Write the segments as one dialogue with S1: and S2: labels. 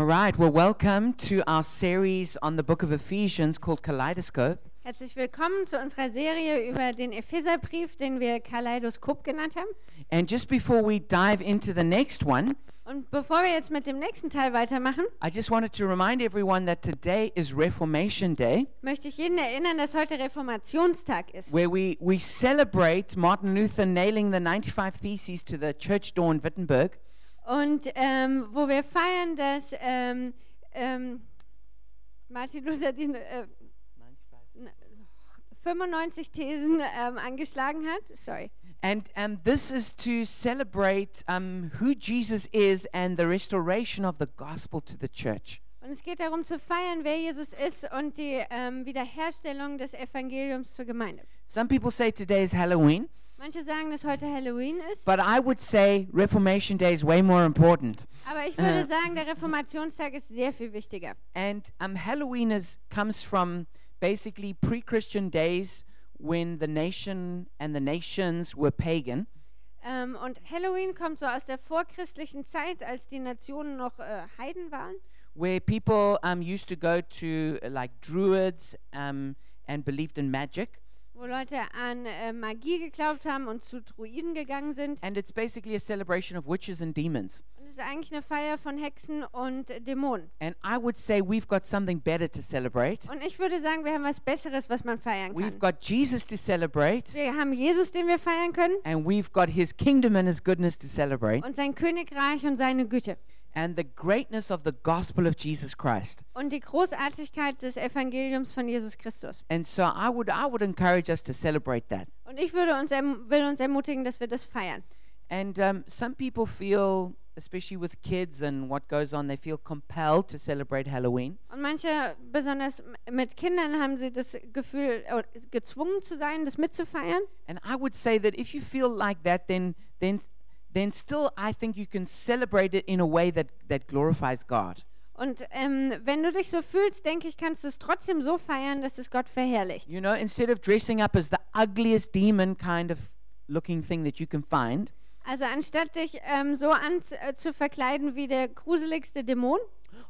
S1: right, well, welcome to our series on the book of Ephesians called Kaleidoscope.
S2: Herzlich willkommen zu unserer Serie über den Epheserbrief, den wir Kaleidoskop genannt haben.
S1: And just before we dive into the next one,
S2: Und bevor wir jetzt mit dem nächsten Teil weitermachen,
S1: I just wanted to remind everyone that today is Reformation Day,
S2: möchte ich jeden erinnern, dass heute Reformationstag ist.
S1: where we, we celebrate Martin Luther nailing the 95 Theses to the church door in Wittenberg.
S2: Und ähm, wo wir feiern, dass ähm, ähm, Martin Luther die äh, n- 95 Thesen ähm, angeschlagen hat. Sorry.
S1: And um, this is to celebrate um, who Jesus is and the restoration of the gospel to the church.
S2: Und es geht darum zu feiern, wer Jesus ist und die ähm, Wiederherstellung des Evangeliums zur Gemeinde.
S1: Some people say today is Halloween,
S2: Manche sagen, dass heute Halloween ist,
S1: but I would say Reformation Day is way more important.
S2: aber ich würde
S1: Äh.
S2: sagen, der Reformationstag ist sehr viel wichtiger.
S1: And um, Halloween is, comes from basically pre Christian days when the nation and the nations were pagan.
S2: Ähm, und Halloween kommt so aus der vorchristlichen Zeit, als die Nationen noch äh, Heiden waren.
S1: Where people um, used to go to uh, like druids um, and believed in magic.
S2: wo Leute an äh, Magie geglaubt haben und zu Druiden gegangen sind.
S1: And it's basically a celebration of witches and demons.
S2: Und es ist eigentlich eine Feier von Hexen und äh, Dämonen.
S1: And I would say we've got something better to celebrate.
S2: Und ich würde sagen, wir haben was Besseres, was man feiern
S1: We've
S2: kann.
S1: got Jesus to celebrate,
S2: Wir haben Jesus, den wir feiern können,
S1: and we've got his kingdom and his goodness to celebrate,
S2: und sein Königreich und seine Güte.
S1: and the greatness of the gospel of Jesus Christ.
S2: Und die Großartigkeit des Evangeliums von Jesus Christus.
S1: And so I would, I would encourage us to celebrate that.
S2: Und ich würde uns, erm- will uns ermutigen, dass wir das feiern.
S1: And um, some people feel, especially with kids and what goes on, they feel compelled to celebrate Halloween.
S2: Und manche, besonders m- mit Kindern, haben sie das Gefühl, äh, gezwungen zu sein, das mitzufeiern.
S1: And I would say that if you feel like that, then, then, then still I think you can celebrate it in a way that, that glorifies God.
S2: Und ähm, wenn du dich so fühlst, denke ich, kannst du es trotzdem so feiern, dass es Gott verherrlicht.
S1: You know, instead of dressing up as the ugliest demon kind of looking thing that you can find,
S2: Also anstatt dich ähm, so anzu- äh, zu verkleiden wie der gruseligste Dämon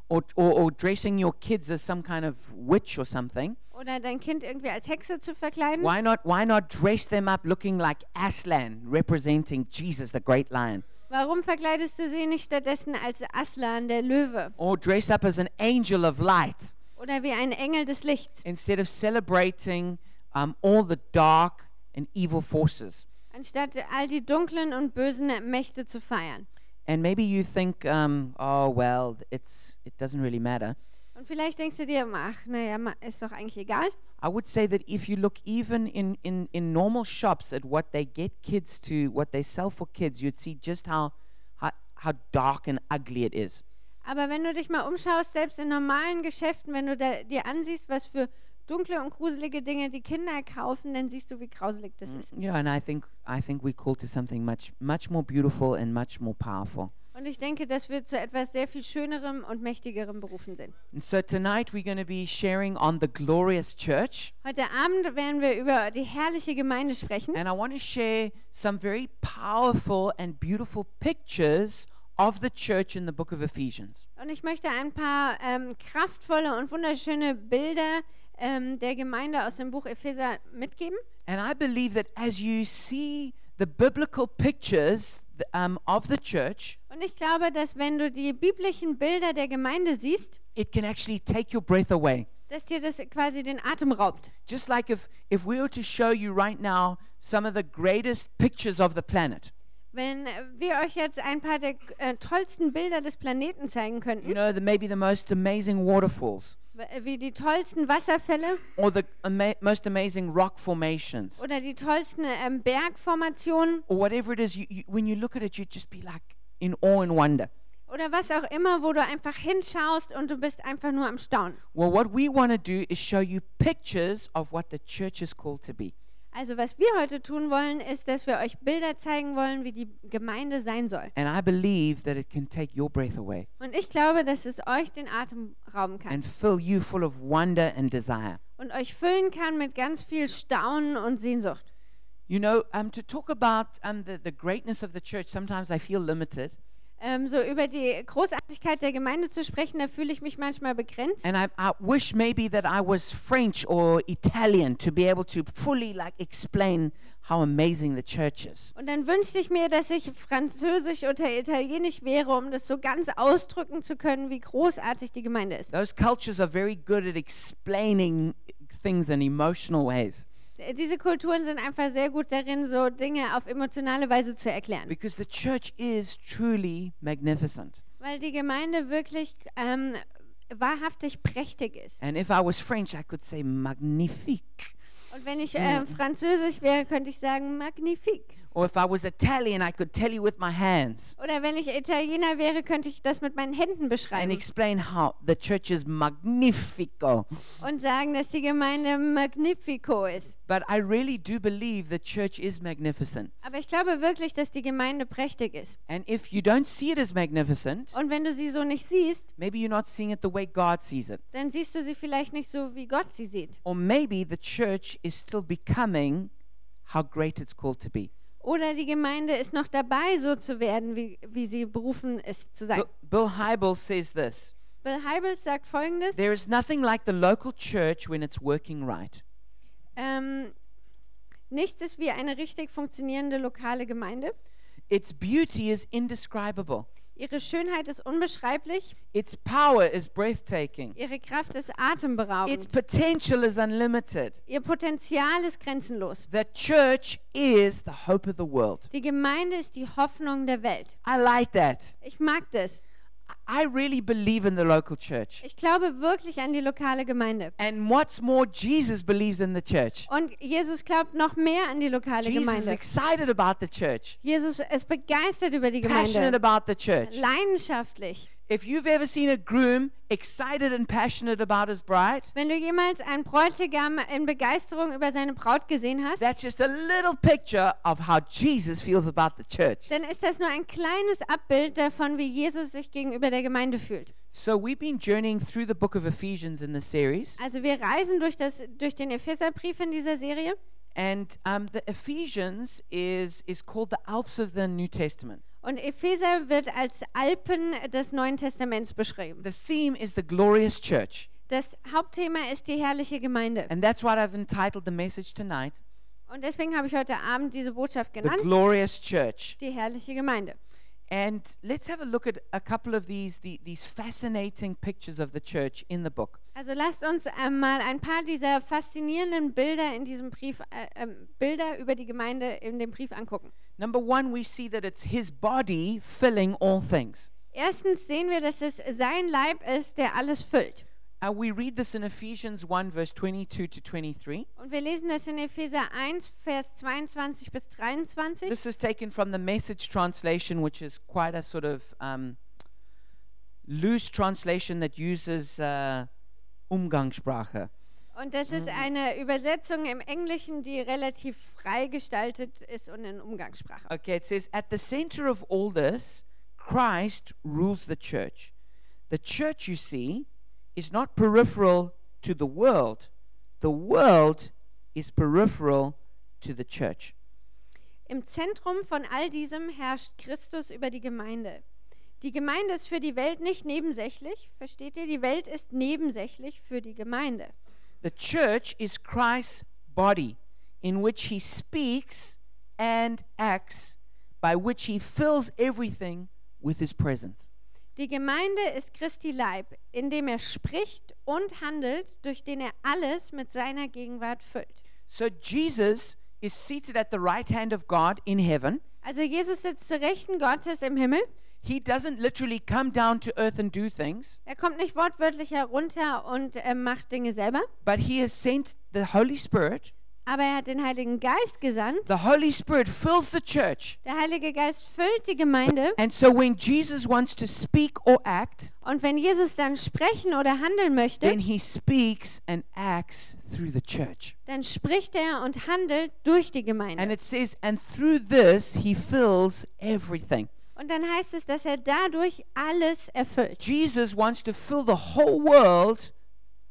S1: or, or, or dressing your kids as some kind of witch or something,
S2: oder dein Kind irgendwie als Hexe zu verkleiden,
S1: why not, why not dress them up looking like Aslan, representing Jesus, the great lion?
S2: warum verkleidest du sie nicht stattdessen als Aslan, der Löwe
S1: Or dress up as an angel of light
S2: oder wie ein Engel des Lichts,
S1: instead of celebrating um, all the dark and evil forces?
S2: anstatt all die dunklen und bösen Mächte zu feiern?
S1: And maybe you think, um, oh, well, it's, it doesn't really matter.
S2: Und vielleicht denkst du dir, ach, naja, ist doch eigentlich egal.
S1: I would say that if you look even in, in, in normal shops at what they get kids to, what they sell for kids, you'd see just how, how, how dark and ugly it is.
S2: Aber wenn du dich mal umschaust, selbst in normalen Geschäften, wenn du da, dir ansiehst, was für dunkle und gruselige Dinge die Kinder kaufen, dann siehst du, wie grauselig das ist.
S1: Yeah, and I think, I think we call to something much, much more beautiful and much more powerful.
S2: Und ich denke, dass wir zu etwas sehr viel Schönerem und Mächtigerem berufen sind.
S1: And so tonight we're going to be sharing on the glorious church.
S2: Heute Abend werden wir über die herrliche Gemeinde sprechen.
S1: And I want to share some very powerful and beautiful pictures of the church in the book of Ephesians.
S2: Und ich möchte ein paar ähm, kraftvolle und wunderschöne Bilder ähm, der Gemeinde aus dem Buch Epheser mitgeben.
S1: And I believe that as you see the biblical pictures th- um, of the church,
S2: Und ich glaube, dass wenn du die biblischen Bilder der Gemeinde siehst,
S1: it can actually take your breath away.
S2: dass dir das quasi den Atem raubt.
S1: Just like if, if we were to show you right now some of the greatest pictures of the planet.
S2: Wenn äh, wir euch jetzt ein paar der äh, tollsten Bilder des Planeten zeigen
S1: You
S2: könnten,
S1: know, the, maybe the most amazing waterfalls
S2: w- äh, wie die tollsten Wasserfälle
S1: or the ama- most amazing rock formations.
S2: oder die tollsten ähm, Bergformationen
S1: or whatever it is, you, you, when you look at it, you just be like in awe and wonder.
S2: oder was auch immer, wo du einfach hinschaust und du bist einfach nur am Staunen.
S1: Well, what we want to do is show you pictures of what the church is called to be.
S2: Also was wir heute tun wollen, ist, dass wir euch Bilder zeigen wollen, wie die Gemeinde sein soll.
S1: And I believe that it can take your breath away
S2: Und ich glaube, dass es euch den Atem rauben kann
S1: and fill you full of wonder and desire.
S2: und euch füllen kann mit ganz viel Staunen und Sehnsucht.
S1: You know, um, to talk about um, the, the greatness of the church, sometimes I feel limited.
S2: ähm, so über die Großartigkeit der Gemeinde zu sprechen, da fühle ich mich manchmal begrenzt.
S1: And I, I wish maybe that I was French or Italian to be able to fully like explain how amazing the church is.
S2: Und dann wünschte ich mir, dass ich französisch oder italienisch wäre, um das so ganz ausdrücken zu können, wie großartig die Gemeinde ist.
S1: Those cultures are very good at explaining things in emotional ways
S2: Diese Kulturen sind einfach sehr gut darin, so Dinge auf emotionale Weise zu erklären,
S1: because the church is truly magnificent.
S2: weil die Gemeinde wirklich ähm, wahrhaftig prächtig ist.
S1: And if I was French, I could say magnifique.
S2: Und wenn ich äh, französisch wäre, könnte ich sagen magnifique.
S1: Or if I was Italian, I could tell you with my hands
S2: Oder wenn ich Italiener wäre, könnte ich das mit meinen Händen
S1: and
S2: beschreiben
S1: explain how the church is magnifico.
S2: und sagen, dass die Gemeinde magnifico ist.
S1: But I really do believe the church is magnificent.
S2: Aber ich glaube wirklich, dass die Gemeinde prächtig ist.
S1: And if you don't see it as magnificent,
S2: Und wenn du sie so nicht siehst,
S1: maybe you're not seeing it the way God sees it.
S2: dann siehst du sie vielleicht nicht so, wie Gott sie sieht.
S1: Or maybe the church is still becoming how great it's called to be.
S2: Oder die Gemeinde ist noch dabei, so zu werden, wie, wie sie berufen ist zu sein.
S1: Bill, Bill Hybels says this
S2: Bill Heibels sagt folgendes:
S1: There is nothing like the local church when it's working right.
S2: ähm, Nichts ist wie eine richtig funktionierende lokale Gemeinde.
S1: Its beauty is indescribable.
S2: Ihre Schönheit ist unbeschreiblich,
S1: Its power is breathtaking.
S2: ihre Kraft ist
S1: Its
S2: atemberaubend,
S1: potential is unlimited.
S2: ihr Potenzial ist grenzenlos.
S1: The church is the hope of the world.
S2: Die Gemeinde ist die Hoffnung der Welt.
S1: I like that.
S2: Ich mag das.
S1: I really believe in the local church.
S2: Ich glaube wirklich an die lokale Gemeinde.
S1: And what's more, Jesus believes in the church.
S2: Und Jesus glaubt noch mehr an die lokale
S1: Jesus is
S2: Gemeinde.
S1: excited about the church,
S2: Jesus ist begeistert über die
S1: passionate
S2: Gemeinde,
S1: about the church.
S2: leidenschaftlich.
S1: If you've ever seen a groom excited and passionate about his bride,
S2: Wenn du jemals einen Bräutigam in Begeisterung über seine Braut gesehen hast,
S1: that's just a little picture of how Jesus feels about the church.
S2: dann ist das nur ein kleines Abbild davon, wie Jesus sich gegenüber der Gemeinde fühlt.
S1: So we've been journeying through the book of Ephesians in this series,
S2: Also wir reisen durch, das, durch den Epheserbrief in dieser Serie
S1: and um, the Ephesians is is called the Alps of the New Testament.
S2: und Epheser wird als Alpen des Neuen Testaments beschrieben.
S1: The theme is the glorious church,
S2: Das Hauptthema ist die herrliche Gemeinde.
S1: and that's what I've entitled the message tonight:
S2: Und deswegen habe ich heute Abend diese Botschaft
S1: the
S2: genannt,
S1: glorious church.
S2: die herrliche Gemeinde.
S1: And let's have a look at a couple of these the, these fascinating pictures of the church in the book.
S2: Also lasst uns ähm, mal ein paar dieser faszinierenden Bilder in diesem Brief, äh, ähm, Bilder über die Gemeinde in dem Brief angucken.
S1: Number one, we see that it's His body filling all things.
S2: Erstens sehen wir, dass es sein Leib ist, der alles füllt.
S1: Uh, we read this in Ephesians 1, verse 22 to 23.
S2: Und wir lesen das in Epheser 1, Vers 22 bis 23.
S1: This is taken from the message translation, which is quite a sort of um, loose translation that uses uh, Umgangssprache.
S2: Und das ist eine Übersetzung im Englischen, die relativ frei gestaltet ist und in Umgangssprache.
S1: Okay, it says, At the center of all this, Christ rules the church. The church, you see, is not peripheral to the world, the world is peripheral to the church.
S2: Im Zentrum von all diesem herrscht Christus über die Gemeinde. Die Gemeinde ist für die Welt nicht nebensächlich, versteht ihr? Die Welt ist nebensächlich für die Gemeinde.
S1: The church is Christ's body, in which he speaks and acts, by which he fills everything with his presence.
S2: Die Gemeinde ist Christi Leib, in dem er spricht und handelt, durch den er alles mit seiner Gegenwart füllt.
S1: So Jesus is seated at the right hand of God in heaven.
S2: Also Jesus sitzt zu Rechten Gottes im Himmel.
S1: He doesn't literally come down to earth and do things,
S2: Er kommt nicht wortwörtlich herunter und äh, macht Dinge selber,
S1: but he has sent the Holy Spirit.
S2: aber er hat den Heiligen Geist gesandt.
S1: The Holy Spirit fills the church.
S2: Der Heilige Geist füllt die Gemeinde
S1: And so when Jesus wants to speak or act,
S2: und wenn Jesus dann sprechen oder handeln möchte,
S1: then he speaks and acts through the church.
S2: dann spricht er und handelt durch die
S1: And
S2: Gemeinde.
S1: it says, and through this he fills everything.
S2: Und dann heißt es, dass er dadurch alles erfüllt.
S1: Jesus wants to fill the whole world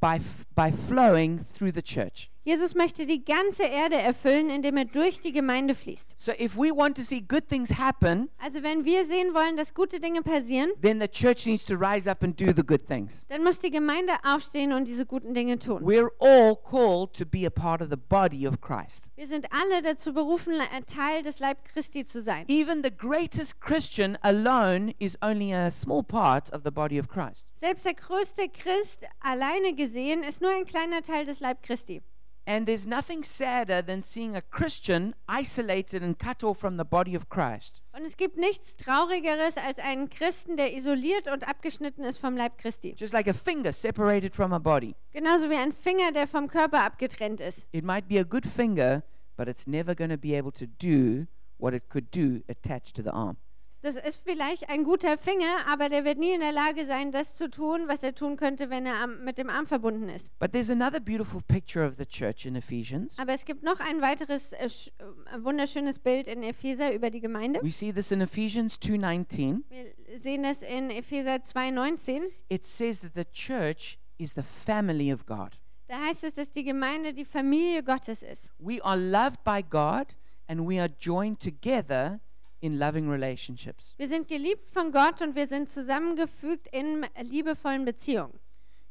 S1: by, f- by flowing through the church.
S2: Jesus möchte die ganze Erde erfüllen, indem er durch die Gemeinde fließt.
S1: So if we want to see good things happen,
S2: Also wenn wir sehen wollen, dass gute Dinge passieren,
S1: then the church needs to rise up and do the good things.
S2: dann muss die Gemeinde aufstehen und diese guten Dinge tun.
S1: We're all called to be a part of the body of Christ.
S2: Wir sind alle dazu berufen, ein Teil des Leib Christi zu sein.
S1: Even the greatest Christian alone is only a small part of the body of Christ.
S2: Selbst der größte Christ alleine gesehen ist nur ein kleiner Teil des Leib Christi.
S1: And there's nothing sadder than seeing a Christian isolated and cut off from the body of Christ.
S2: Und es gibt nichts Traurigeres als einen Christen, der isoliert und abgeschnitten ist vom Leib Christi.
S1: Just like a finger separated from a body.
S2: Genauso wie ein Finger, der vom Körper abgetrennt ist.
S1: It might be a good finger, but it's never going to be able to do what it could do attached to the arm.
S2: Das ist vielleicht ein guter Finger, aber der wird nie in der Lage sein, das zu tun, was er tun könnte, wenn er am, mit dem Arm verbunden ist.
S1: But there's another beautiful picture of the church in Ephesians.
S2: Aber es gibt noch ein weiteres äh, sch- äh, wunderschönes Bild in Epheser über die Gemeinde.
S1: We see this in Ephesians 2:19.
S2: Wir sehen das in Epheser 2,19.
S1: It says that the church is the family of God.
S2: Da heißt es, dass die Gemeinde die Familie Gottes ist.
S1: We are loved by God and we are joined together in loving relationships.
S2: Wir sind geliebt von Gott und wir sind zusammengefügt in liebevollen Beziehungen.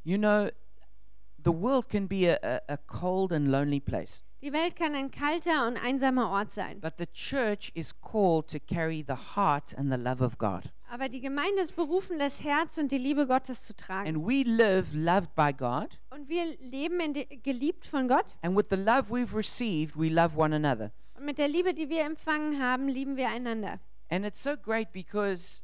S1: You know, the world can be a, a, a cold and lonely place,
S2: Die Welt kann ein kalter und einsamer Ort sein,
S1: but the church is called to carry the heart and the love of God.
S2: aber die Gemeinde ist berufen, das Herz und die Liebe Gottes zu tragen.
S1: And we live loved by God,
S2: Und wir leben in de- geliebt von Gott
S1: and with the love we've received, we love one another.
S2: und mit der Liebe, die wir empfangen haben, lieben wir einander.
S1: And it's so great because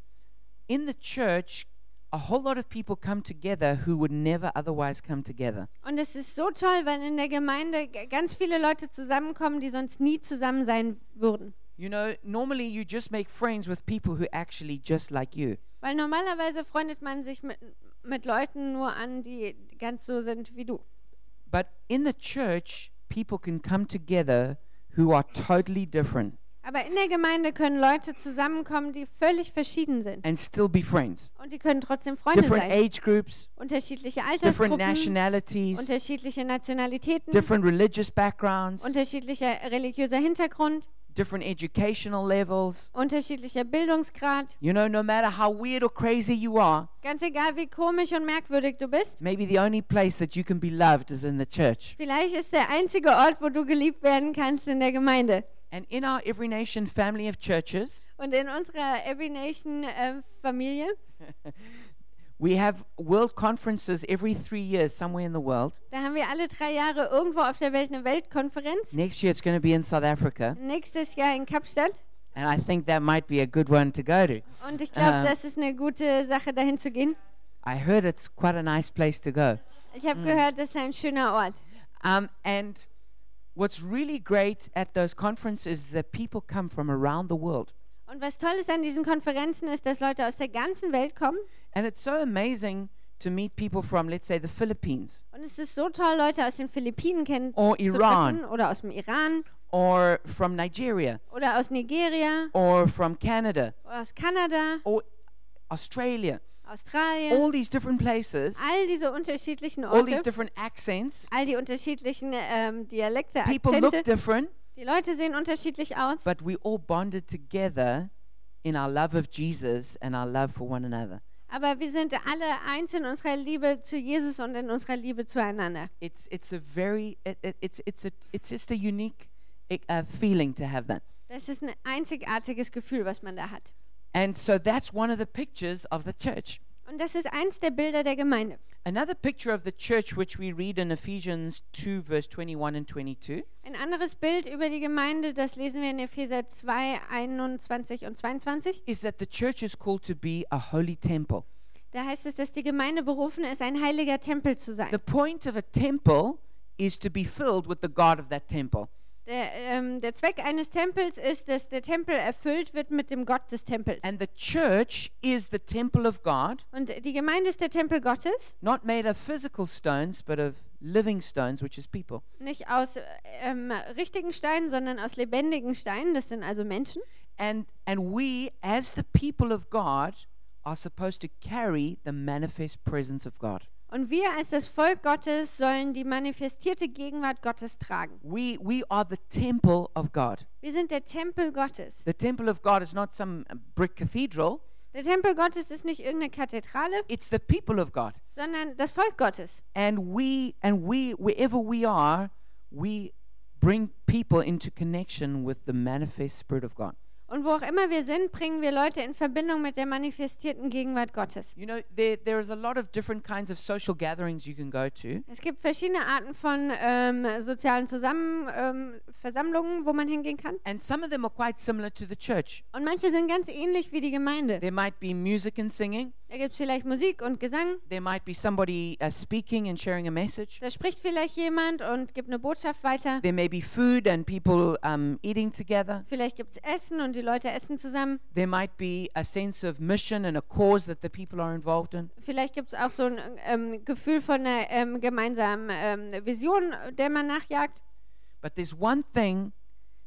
S1: in the church, a whole lot of people come together who would never otherwise come together.
S2: Und es ist so toll, weil in der Gemeinde g- ganz viele Leute zusammenkommen, die sonst nie zusammen sein würden.
S1: You know, normally you just make friends with people who actually just like you.
S2: Weil normalerweise freundet man sich mit, mit Leuten nur an, die ganz so sind wie du.
S1: But in the church, people can come together who are totally different
S2: Aber in der Gemeinde können Leute zusammenkommen, die völlig verschieden sind.
S1: and still be friends.
S2: Und die können trotzdem Freunde
S1: Different
S2: sein.
S1: age groups,
S2: Unterschiedliche
S1: different
S2: Altersgruppen,
S1: nationalities,
S2: unterschiedliche Nationalitäten,
S1: different religious backgrounds,
S2: unterschiedlicher religiöser Hintergrund,
S1: different educational levels.
S2: unterschiedlicher Bildungsgrad.
S1: You know, no matter how weird or crazy you are,
S2: Ganz egal, wie komisch und merkwürdig du bist.
S1: maybe the only place that you can be loved is in the church.
S2: Vielleicht ist der einzige Ort, wo du geliebt werden kannst, in der Gemeinde.
S1: And in our Every Nation family of churches,
S2: Und in unserer Every Nation äh, Familie,
S1: we have world conferences every three years somewhere in the world.
S2: da haben wir alle drei Jahre irgendwo auf der Welt eine Weltkonferenz.
S1: Next year it's going to be in South Africa,
S2: Nächstes Jahr in Kapstadt.
S1: and I think that might be a good one to go to.
S2: Und ich glaube,
S1: Ähm.
S2: das ist eine gute Sache, dahin zu gehen.
S1: I heard it's quite a nice place to go.
S2: Ich habe gehört, das ist ein schöner Ort.
S1: Um, and what's really great at those conferences is that people come from around the world.
S2: Und was toll ist an diesen Konferenzen ist, dass Leute aus der ganzen Welt kommen.
S1: And it's so amazing to meet people from, let's say, the Philippines
S2: Und es ist so toll, Leute aus den Philippinen kennen
S1: Or
S2: zu
S1: Iran.
S2: treffen. Oder aus dem Iran.
S1: or from Nigeria
S2: Oder aus Nigeria.
S1: or from Canada
S2: Oder aus Kanada.
S1: or Australia.
S2: Australien.
S1: All these different places,
S2: All diese unterschiedlichen
S1: all these
S2: Orte.
S1: different accents.
S2: All die unterschiedlichen ähm, Dialekte,
S1: People look
S2: Akzente.
S1: different,
S2: Die Leute sehen unterschiedlich aus.
S1: but we all bonded together in our love of Jesus and our love for one another.
S2: Aber wir sind alle eins in unserer Liebe zu Jesus und in unserer Liebe zueinander.
S1: it's it's a very it, it, it's it's a it's just a unique i- uh, feeling to have that.
S2: Das ist ein einzigartiges Gefühl, was man da hat.
S1: And so that's one of the pictures of the church.
S2: Und das ist eins der Bilder der Gemeinde.
S1: Another picture of the church, which we read in Ephesians 2, verse 21 and 22,
S2: Ein anderes Bild über die Gemeinde, das lesen wir in Epheser 2, 21 und 22.
S1: is that the church is called to be a holy temple.
S2: Da heißt es, dass die Gemeinde berufen ist, ein heiliger Tempel zu sein.
S1: The point of a temple is to be filled with the God of that temple.
S2: Der, ähm, der Zweck eines Tempels ist, dass der Tempel erfüllt wird mit dem Gott des Tempels.
S1: And the church is the temple of God,
S2: Und die Gemeinde ist der Tempel Gottes,
S1: not made of physical stones, but of living stones, which is people.
S2: nicht aus äh, ähm, richtigen Steinen, sondern aus lebendigen Steinen, das sind also Menschen.
S1: And and we as the people of God are supposed to carry the manifest presence of God.
S2: Und wir als das Volk Gottes sollen die manifestierte Gegenwart Gottes tragen.
S1: We, we are the temple of God.
S2: Wir sind der Tempel Gottes.
S1: The temple of God is not some uh, brick cathedral,
S2: Der Tempel Gottes ist nicht irgendeine Kathedrale,
S1: it's the people of God.
S2: sondern das Volk Gottes.
S1: And we and we wherever we are, we bring people into connection with the manifest spirit of God.
S2: Und wo auch immer wir sind, bringen wir Leute in Verbindung mit der manifestierten Gegenwart Gottes.
S1: You know, there there is a lot of different kinds of social gatherings you can go to.
S2: Es gibt verschiedene Arten von ähm, sozialen Zusammen ähm, Versammlungen, wo man hingehen kann.
S1: And some of them are quite similar to the church.
S2: Und manche sind ganz ähnlich wie die Gemeinde.
S1: There might be music and singing.
S2: Da gibt es vielleicht Musik und Gesang.
S1: There might be somebody uh, speaking and sharing a message.
S2: Da spricht vielleicht jemand und gibt eine Botschaft weiter.
S1: There may be food and people um, eating together.
S2: Vielleicht gibt es Essen und die Leute essen zusammen.
S1: There might be a sense of mission and a cause that the people are involved in.
S2: Vielleicht gibt es auch so ein ähm, Gefühl von einer ähm, gemeinsamen ähm, Vision, der man nachjagt.
S1: But there's one thing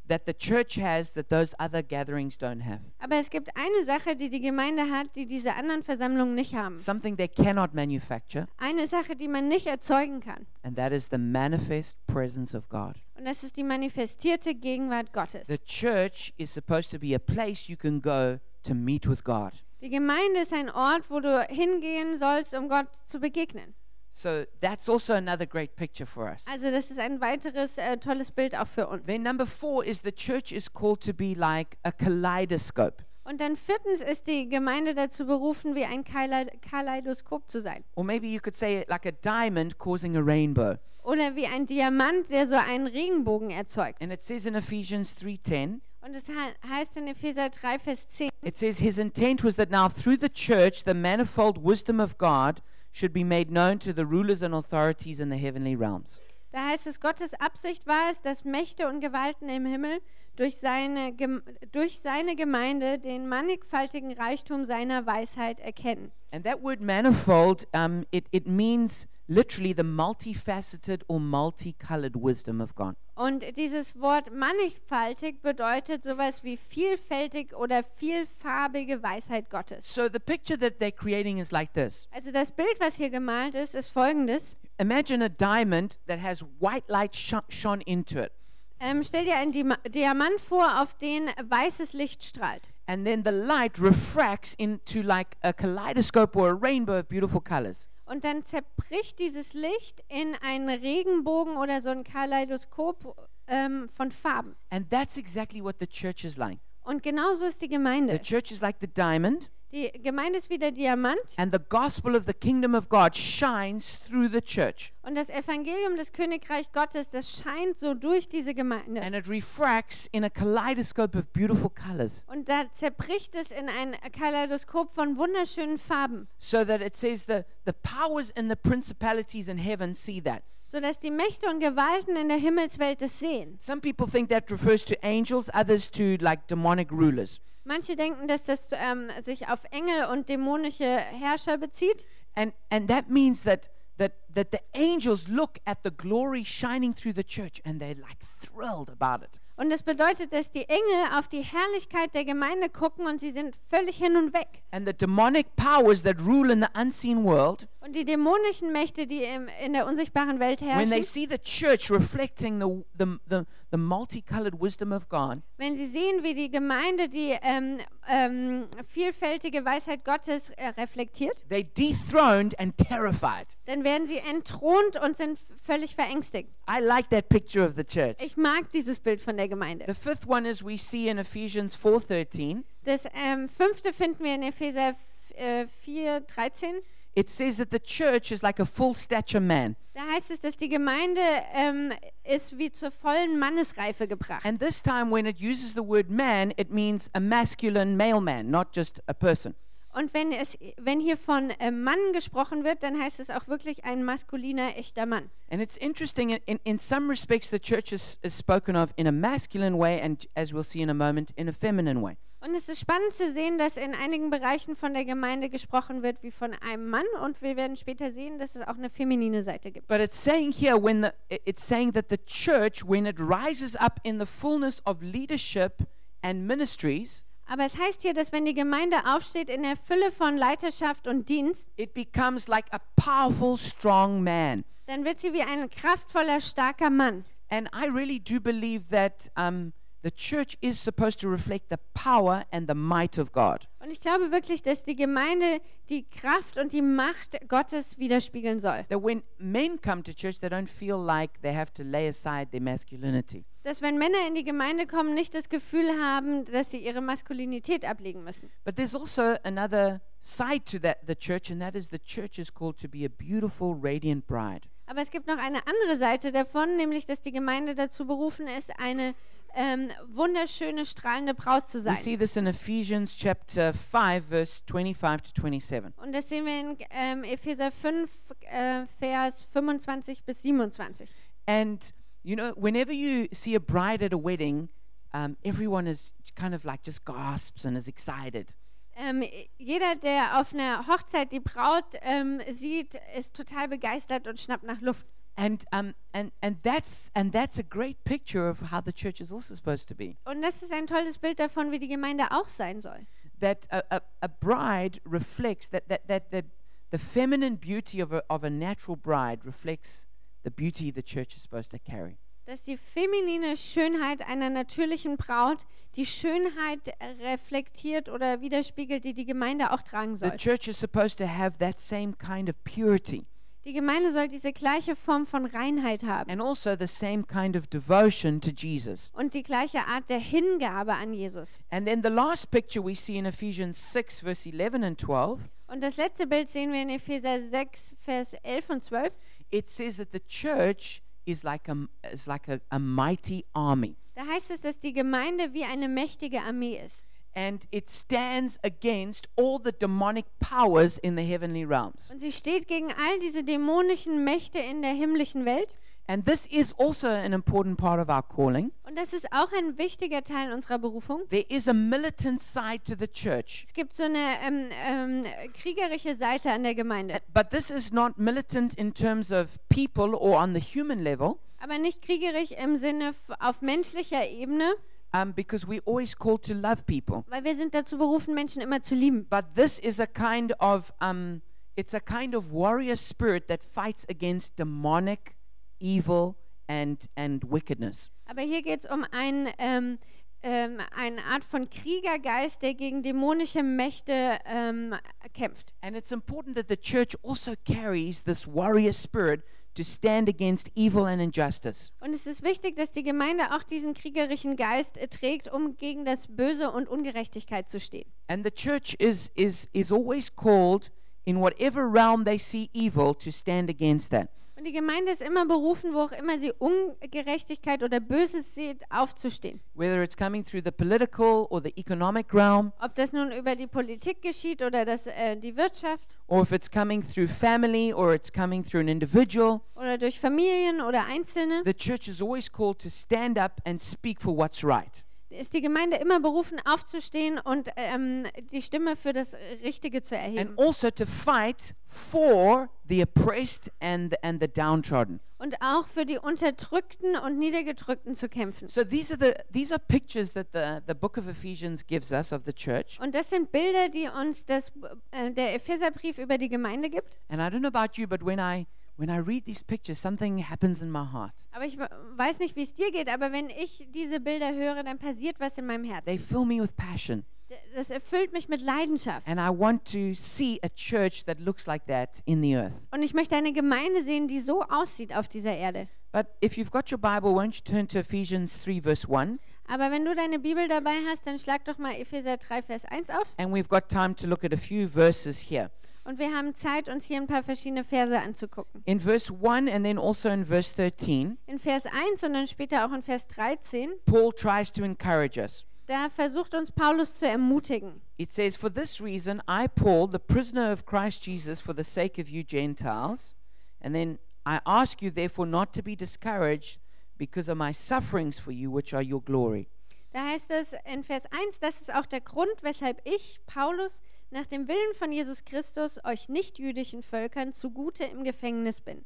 S1: that the church has that those other gatherings don't have
S2: Aber es gibt eine Sache, die die Gemeinde hat, die diese anderen Versammlungen nicht haben.
S1: something they cannot manufacture,
S2: Eine Sache, die man nicht erzeugen kann.
S1: and that is the manifest presence of God.
S2: Und das ist die manifestierte Gegenwart Gottes.
S1: The church is supposed to be a place you can go to meet with God.
S2: Die Gemeinde ist ein Ort, wo du hingehen sollst, um Gott zu begegnen.
S1: So that's also another great picture for us.
S2: Also das ist ein weiteres äh, tolles Bild auch für uns.
S1: Then, number four is the church is called to be like a kaleidoscope,
S2: Und dann viertens ist die Gemeinde dazu berufen, wie ein Kaleido- Kaleidoskop zu sein.
S1: or maybe you could say it like a diamond causing a rainbow.
S2: Oder wie ein Diamant, der so einen Regenbogen erzeugt.
S1: And it says in Ephesians 3:10,
S2: Und es he heißt in Epheser 3, Vers 10,
S1: it says his intent was that now through the church the manifold wisdom of God should be made known to the rulers and authorities in the heavenly realms.
S2: da heißt es, Gottes Absicht war es, dass Mächte und Gewalten im Himmel durch seine, Gem durch seine Gemeinde den mannigfaltigen Reichtum seiner Weisheit erkennen.
S1: And that word manifold, um, it, it means literally the multifaceted or multicolored wisdom of God.
S2: Und dieses Wort mannigfaltig bedeutet sowas wie vielfältig oder vielfarbige Weisheit Gottes.
S1: So the picture that they're creating is like this.
S2: Also das Bild, was hier gemalt ist, ist folgendes.
S1: Imagine a diamond that has white light sh- shone into it.
S2: Ähm, stell dir einen Dima Diamant vor, auf den weißes Licht strahlt.
S1: And then the light refracts into like a kaleidoscope or a rainbow of beautiful colors.
S2: Und dann zerbricht dieses Licht in einen Regenbogen oder so ein Kaleidoskop ähm, von Farben.
S1: And that's exactly what the church is like.
S2: Und genauso ist die
S1: The
S2: Gemeinde.
S1: church is like the diamond,
S2: Die Gemeinde ist wie der Diamant
S1: and the gospel of the kingdom of God shines through the church
S2: und das Evangelium des Königreich Gottes, das scheint so durch diese Gemeinde.
S1: and it refracts in a kaleidoscope of beautiful colors.
S2: Und da zerbricht es in ein Kaleidoskop von wunderschönen Farben,
S1: So that it says the, the powers and the principalities in heaven see that.
S2: sodass die Mächte und Gewalten in der Himmelswelt es sehen.
S1: Some people think that refers to angels, others to like demonic rulers.
S2: Manche denken, dass das ähm, sich auf Engel und dämonische Herrscher bezieht.
S1: And and that means that that that the angels look at the glory shining through the church and they're like thrilled about it.
S2: Und das bedeutet, dass die Engel auf die Herrlichkeit der Gemeinde gucken und sie sind völlig hin und weg.
S1: And the demonic powers that rule in the unseen world,
S2: Und die dämonischen Mächte, die im, in der unsichtbaren Welt
S1: when they
S2: herrschen,
S1: see the church reflecting the the, the the multicolored wisdom of God,
S2: wenn sie sehen, wie die Gemeinde die ähm, ähm, vielfältige Weisheit Gottes äh, reflektiert,
S1: they're dethroned and terrified.
S2: dann werden sie entthront und sind völlig verängstigt.
S1: I like that picture of the church.
S2: Ich mag dieses Bild von der Gemeinde.
S1: The fifth one is we see in Ephesians 4:13.
S2: Das ähm, fünfte finden wir in Epheser f- äh, 4, 13.
S1: It says that the church is like a full stature man.
S2: Da heißt es, dass die Gemeinde ähm, ist wie zur vollen Mannesreife gebracht.
S1: And this time, when it uses the word man, it means a masculine male man, not just a person.
S2: Und wenn, es, wenn hier von äh, Mann gesprochen wird, dann heißt es auch wirklich ein maskuliner, echter Mann.
S1: And it's interesting, in, in, in some respects, the church is, is spoken of in a masculine way, and as we'll see in a moment, in a feminine way.
S2: Und es ist spannend zu sehen, dass in einigen Bereichen von der Gemeinde gesprochen wird wie von einem Mann. Und wir werden später sehen, dass es auch eine feminine Seite gibt.
S1: But it's saying here, when the, i- it's saying that the church, when it rises up in the fullness of leadership and ministries,
S2: Aber es heißt hier, dass wenn die Gemeinde aufsteht in der Fülle von Leiterschaft und Dienst,
S1: it becomes like a powerful, strong man.
S2: dann wird sie wie ein kraftvoller, starker Mann.
S1: And I really do believe that um, the church is supposed to reflect the power and the might of God.
S2: Und ich glaube wirklich, dass die Gemeinde die Kraft und die Macht Gottes widerspiegeln soll.
S1: That when men come to church, they don't feel like they have to lay aside their masculinity.
S2: Dass wenn Männer in die Gemeinde kommen, nicht das Gefühl haben, dass sie ihre Maskulinität ablegen müssen.
S1: But there's also another side to that, the church, and that is the church is called to be a beautiful, radiant bride.
S2: Aber es gibt noch eine andere Seite davon, nämlich dass die Gemeinde dazu berufen ist, eine ähm, wunderschöne, strahlende Braut zu
S1: We
S2: sein.
S1: see this in Ephesians chapter 5, verse 25 to 27.
S2: Und das sehen wir in ähm, Epheser 5, äh, Vers 25 bis 27.
S1: And you know, whenever you see a bride at a wedding, um, everyone is kind of like just gasps and is excited.
S2: Ähm, jeder, der auf einer Hochzeit die Braut ähm, sieht, ist total begeistert und schnappt nach Luft.
S1: And um, and and that's and that's a great picture of how the church is also supposed to be.
S2: Und das ist ein tolles Bild davon, wie die Gemeinde auch sein soll.
S1: That a, a, a bride reflects that that that the the feminine beauty of a, of a natural bride reflects the beauty the church is supposed to carry.
S2: Dass die feminine Schönheit einer natürlichen Braut die Schönheit reflektiert oder widerspiegelt, die die Gemeinde auch tragen
S1: The
S2: soll.
S1: church is supposed to have that same kind of purity
S2: Die Gemeinde soll diese gleiche Form von Reinheit haben
S1: and also the same kind of devotion to Jesus.
S2: und die gleiche Art der Hingabe an Jesus.
S1: And then the last picture we see in Ephesians 6, verse 11 and 12,
S2: Und das letzte Bild sehen wir in Epheser 6, Vers 11 und 12.
S1: it says that the church is like a, is like a, a mighty army
S2: Da heißt es, dass die Gemeinde wie eine mächtige Armee ist.
S1: and it stands against all the demonic powers in the heavenly realms.
S2: Und sie steht gegen all diese dämonischen Mächte in der himmlischen Welt.
S1: And this is also an important part of our calling.
S2: Und das ist auch ein wichtiger Teil unserer Berufung.
S1: There is a militant side to the church,
S2: Es gibt so eine ähm, ähm, kriegerische Seite an der Gemeinde,
S1: but this is not militant in terms of people or on the human level.
S2: aber nicht kriegerisch im Sinne f- auf menschlicher Ebene,
S1: Um, because we're always called to love people.
S2: weil wir sind dazu berufen, Menschen immer zu lieben.
S1: But this is a kind of um, it's a kind of warrior spirit that fights against demonic evil and and wickedness.
S2: Aber hier geht es um ein, ähm, ähm, eine Art von Kriegergeist, der gegen dämonische Mächte ähm, kämpft.
S1: And it's important that the church also carries this warrior spirit to stand against evil and injustice.
S2: Und es ist wichtig, dass die Gemeinde auch diesen kriegerischen Geist äh, trägt, um gegen das Böse und Ungerechtigkeit zu stehen.
S1: And the church is is is always called in whatever realm they see evil to stand against that.
S2: Und die Gemeinde ist immer berufen, wo auch immer sie Ungerechtigkeit oder Böses sieht, aufzustehen.
S1: Whether it's coming through the political or the economic realm,
S2: Ob das nun über die Politik geschieht oder das, äh, die Wirtschaft
S1: or if it's coming through family or it's coming through an individual,
S2: oder durch Familien oder Einzelne,
S1: The church is always called to stand up and speak for what's right.
S2: ist die Gemeinde immer berufen, aufzustehen und ähm, die Stimme für das Richtige zu
S1: And
S2: erheben
S1: also to fight for the oppressed and the, and the downtrodden.
S2: und auch für die Unterdrückten und Niedergedrückten zu kämpfen.
S1: So these are the these are pictures that the, the book of Ephesians gives us of the church.
S2: Und das sind Bilder, die uns das, äh, der Epheserbrief über die Gemeinde gibt.
S1: And I don't know about you, but when I when I read these pictures, something happens in my heart.
S2: Aber ich we- weiß nicht, wie es dir geht, aber wenn ich diese Bilder höre, dann passiert was in meinem Herzen.
S1: They fill me with passion.
S2: D- Das erfüllt mich mit Leidenschaft.
S1: And I want to see a church that looks like that in the earth.
S2: Und ich möchte eine Gemeinde sehen, die so aussieht auf dieser Erde.
S1: But if you've got your Bible, won't you turn to Ephesians 3, verse 1?
S2: Aber wenn du deine Bibel dabei hast, dann schlag doch mal Epheser 3, Vers 1 auf.
S1: And we've got time to look at a few verses here.
S2: Und wir haben Zeit, uns hier ein paar verschiedene Verse anzugucken.
S1: in verse 1 and then also in verse 13,
S2: In Vers 1 und dann später auch in Vers 13,
S1: Paul tries to encourage us.
S2: da versucht uns Paulus zu ermutigen.
S1: It says, For this reason, I, Paul, the prisoner of Christ Jesus, for the sake of you Gentiles, and then I ask you, therefore, not to be discouraged because of my sufferings for you, which are your glory.
S2: Da heißt es in Vers 1, das ist auch der Grund, weshalb ich, Paulus, nach dem Willen von Jesus Christus euch nichtjüdischen Völkern zugute im Gefängnis bin.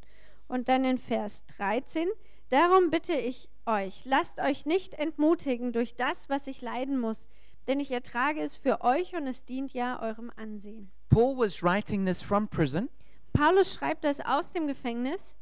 S2: Und dann in Vers 13, darum bitte ich euch, lasst euch nicht entmutigen durch das, was ich leiden muss. denn ich ertrage es für euch und es dient ja eurem Ansehen.
S1: Paul was writing this from prison.
S2: Paulus schreibt das aus dem Gefängnis.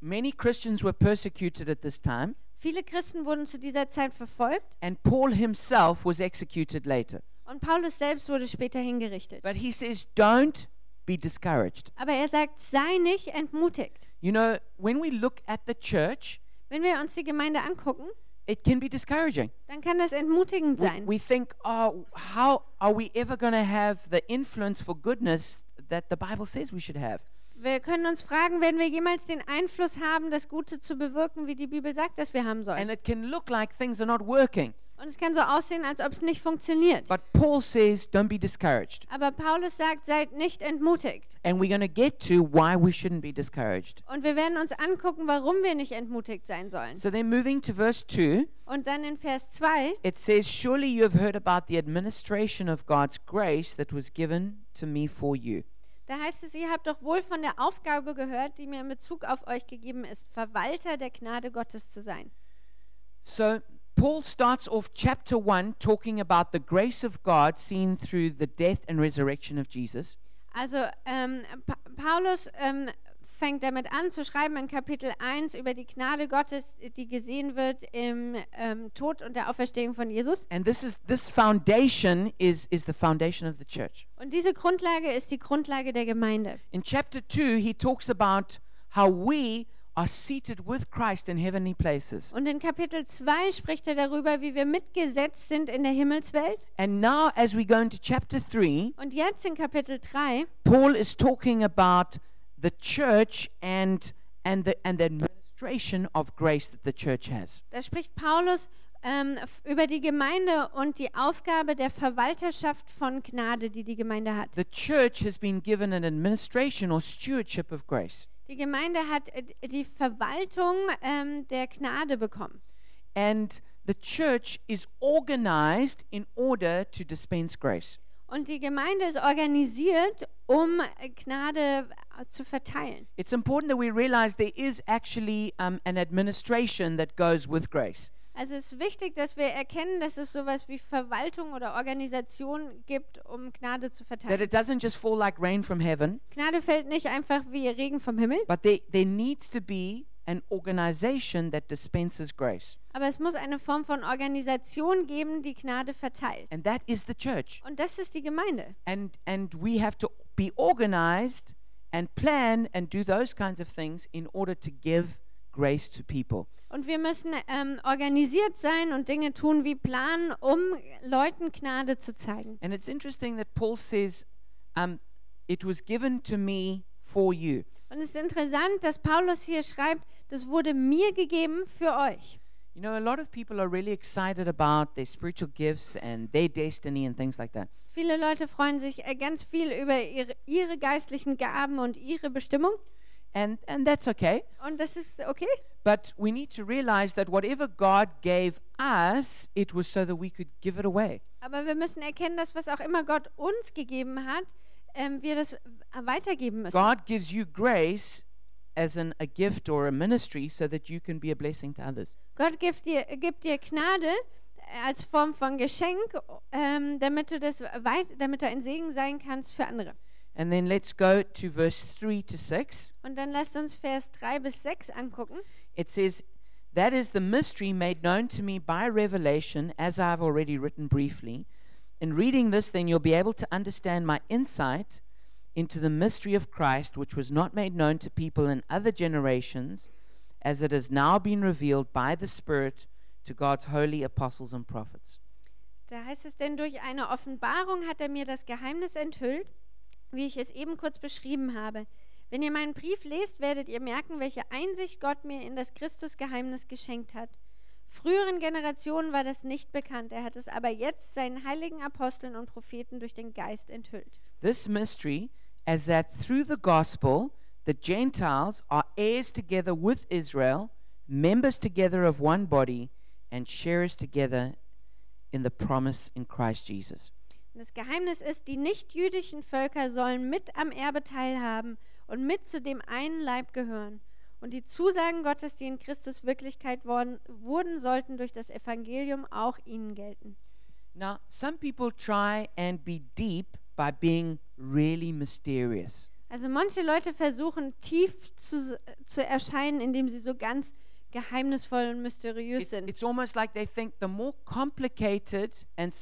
S1: Many Christians were persecuted at this time,
S2: Viele Christen wurden zu dieser Zeit verfolgt
S1: and Paul himself was executed later.
S2: und Paulus selbst wurde später hingerichtet.
S1: But he says, don't be discouraged.
S2: Aber er sagt, sei nicht entmutigt.
S1: You know, when we look at the church,
S2: Wenn wir uns die Gemeinde angucken,
S1: it can be discouraging.
S2: dann kann das entmutigend
S1: We-
S2: sein.
S1: We think, oh, how are we ever going to have the influence for goodness that the Bible says we should have?
S2: Wir können uns fragen, werden wir jemals den Einfluss haben, das Gute zu bewirken, wie die Bibel sagt, dass wir haben sollen.
S1: And it can look like things are not working.
S2: Und es kann so aussehen, als ob es nicht funktioniert.
S1: But Paul says, don't be discouraged.
S2: Aber Paulus sagt, seid nicht entmutigt.
S1: And we're going to get to why we shouldn't be discouraged.
S2: Und wir werden uns angucken, warum wir nicht entmutigt sein sollen.
S1: So then, moving to verse 2,
S2: Und dann in Vers 2,
S1: it says, Surely you have heard about the administration of God's grace that was given to me for you.
S2: da heißt es, ihr habt doch wohl von der Aufgabe gehört, die mir in Bezug auf euch gegeben ist, Verwalter der Gnade Gottes zu sein.
S1: So Paul starts off chapter 1 talking about the grace of God seen through the death and resurrection of Jesus.
S2: Also ähm, pa Paulus ähm, fängt damit an zu schreiben in Kapitel 1 über die Gnade Gottes, die gesehen wird im ähm, Tod und der Auferstehung von Jesus.
S1: And this is this foundation is is the foundation of the church.
S2: Und diese Grundlage ist die Grundlage der Gemeinde.
S1: In chapter 2 he talks about how we are seated with Christ in heavenly places.
S2: Und in Kapitel 2 spricht er darüber, wie wir mitgesetzt sind in der Himmelswelt.
S1: And now as we go into chapter 3,
S2: Und jetzt in Kapitel 3
S1: Paul is talking about the church and and the and the administration of grace that the church has.
S2: Da spricht Paulus ähm, f- über die Gemeinde und die Aufgabe der Verwalterschaft von Gnade, die die Gemeinde hat.
S1: The church has been given an administration or stewardship of grace.
S2: Die Gemeinde hat äh, die Verwaltung ähm, der Gnade bekommen.
S1: And the church is organized in order to dispense grace.
S2: Und die Gemeinde ist organisiert, um äh, Gnade äh, zu verteilen.
S1: It's important that we realize there is actually um, an administration that goes with grace.
S2: Also es ist wichtig, dass wir erkennen, dass es sowas wie Verwaltung oder Organisation gibt, um Gnade zu
S1: That
S2: verteilen.
S1: it doesn't just fall like rain from heaven,
S2: Gnade fällt nicht einfach wie Regen vom Himmel,
S1: but there, there needs to be an organization that dispenses grace.
S2: aber es muss eine Form von Organisation geben, die Gnade verteilt.
S1: And that is the church.
S2: Und das ist die Gemeinde.
S1: And, and we have to be organized and plan and do those kinds of things in order to give grace to people.
S2: Und wir müssen ähm, organisiert sein und Dinge tun wie planen, um Leuten Gnade zu zeigen.
S1: And it's interesting that Paul says, um, It was given to me for you.
S2: Und es ist interessant, dass Paulus hier schreibt, das wurde mir gegeben für euch.
S1: You know, a lot of people are really excited about their spiritual gifts and their destiny and things like that.
S2: Viele Leute freuen sich äh, ganz viel über ihre, ihre geistlichen Gaben und ihre Bestimmung.
S1: And, and that's okay.
S2: Und das ist okay.
S1: But we need to realize that whatever God gave us, it was so that we could give it away.
S2: Aber wir müssen erkennen, dass was auch immer Gott uns gegeben hat, ähm, wir das äh, weitergeben müssen.
S1: God gives you grace as an, a gift or a ministry so that you can be a blessing to others.
S2: Gott gibt dir, gibt dir Gnade äh, als Form von Geschenk, ähm, damit, du das weit, damit du ein Segen sein kannst für andere.
S1: And then let's go to verse 3 to 6.
S2: Und dann lasst uns Vers 3 bis 6 angucken.
S1: It says, That is the mystery made known to me by revelation, as I have already written briefly. In reading this, then you'll be able to understand my insight into the mystery of Christ, which was not made known to people in other generations, as it has now been revealed by the Spirit to God's holy apostles and prophets.
S2: Da heißt es denn, durch eine Offenbarung hat er mir das Geheimnis enthüllt, wie ich es eben kurz beschrieben habe. Wenn ihr meinen Brief lest, werdet ihr merken, welche Einsicht Gott mir in das Christusgeheimnis geschenkt hat. Früheren Generationen war das nicht bekannt, er hat es aber jetzt seinen heiligen Aposteln und Propheten durch den Geist enthüllt.
S1: This mystery is that through the gospel, the Gentiles are heirs together with Israel, members together of one body, and sharers together in the promise in Christ Jesus.
S2: Und Das Geheimnis ist, die nichtjüdischen Völker sollen mit am Erbe teilhaben und mit zu dem einen Leib gehören. Und die Zusagen Gottes, die in Christus Wirklichkeit worden, wurden, sollten durch das Evangelium auch ihnen gelten.
S1: Now, some people try and be deep by being really mysterious.
S2: Also manche Leute versuchen tief zu, zu erscheinen, indem sie so ganz geheimnisvoll und mysteriös
S1: It's,
S2: sind.
S1: it's almost like they think the more complicated and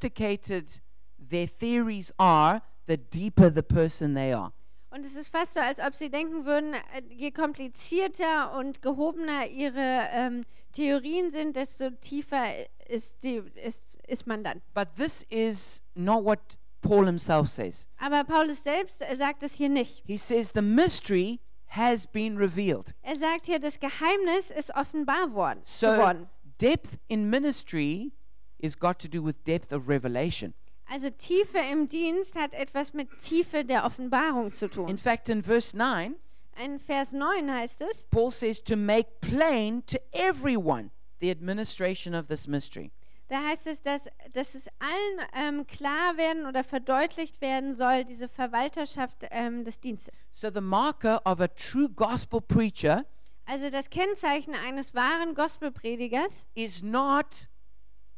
S1: sophisticated their theories are, the deeper the person they are.
S2: Und es ist fast so, als ob sie denken würden, äh, je komplizierter und gehobener ihre ähm, Theorien sind, desto tiefer ist, die, ist, ist man dann.
S1: But this is not what Paul himself says.
S2: Aber Paulus selbst äh, sagt es hier nicht.
S1: He says the mystery has been revealed.
S2: Er sagt hier, das Geheimnis ist offenbar worden,
S1: So,
S2: geworden.
S1: depth in ministry is got to do with depth of revelation.
S2: Also Tiefe im Dienst hat etwas mit Tiefe der Offenbarung zu
S1: In
S2: tun.
S1: fact, in verse 9,
S2: In Vers 9 heißt es,
S1: Paul says to make plain to everyone the administration of this mystery.
S2: da heißt es, dass, dass es allen ähm, klar werden oder verdeutlicht werden soll, diese Verwalterschaft ähm, des Dienstes.
S1: So, the marker of a true gospel preacher
S2: Also das Kennzeichen eines wahren Gospelpredigers
S1: is not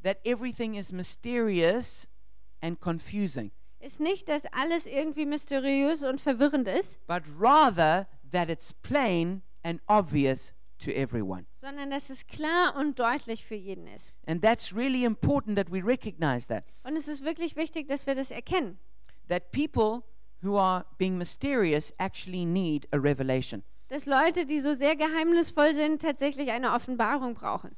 S1: that everything is mysterious and confusing,
S2: ist nicht, dass alles irgendwie mysteriös und verwirrend ist,
S1: but rather that it's plain and obvious to everyone.
S2: sondern dass es klar und deutlich für jeden ist.
S1: And that's really important that we recognize that.
S2: Und es ist wirklich wichtig, dass wir das erkennen.
S1: That people who are being mysterious actually need a revelation.
S2: dass Leute, die so sehr geheimnisvoll sind, tatsächlich eine Offenbarung brauchen.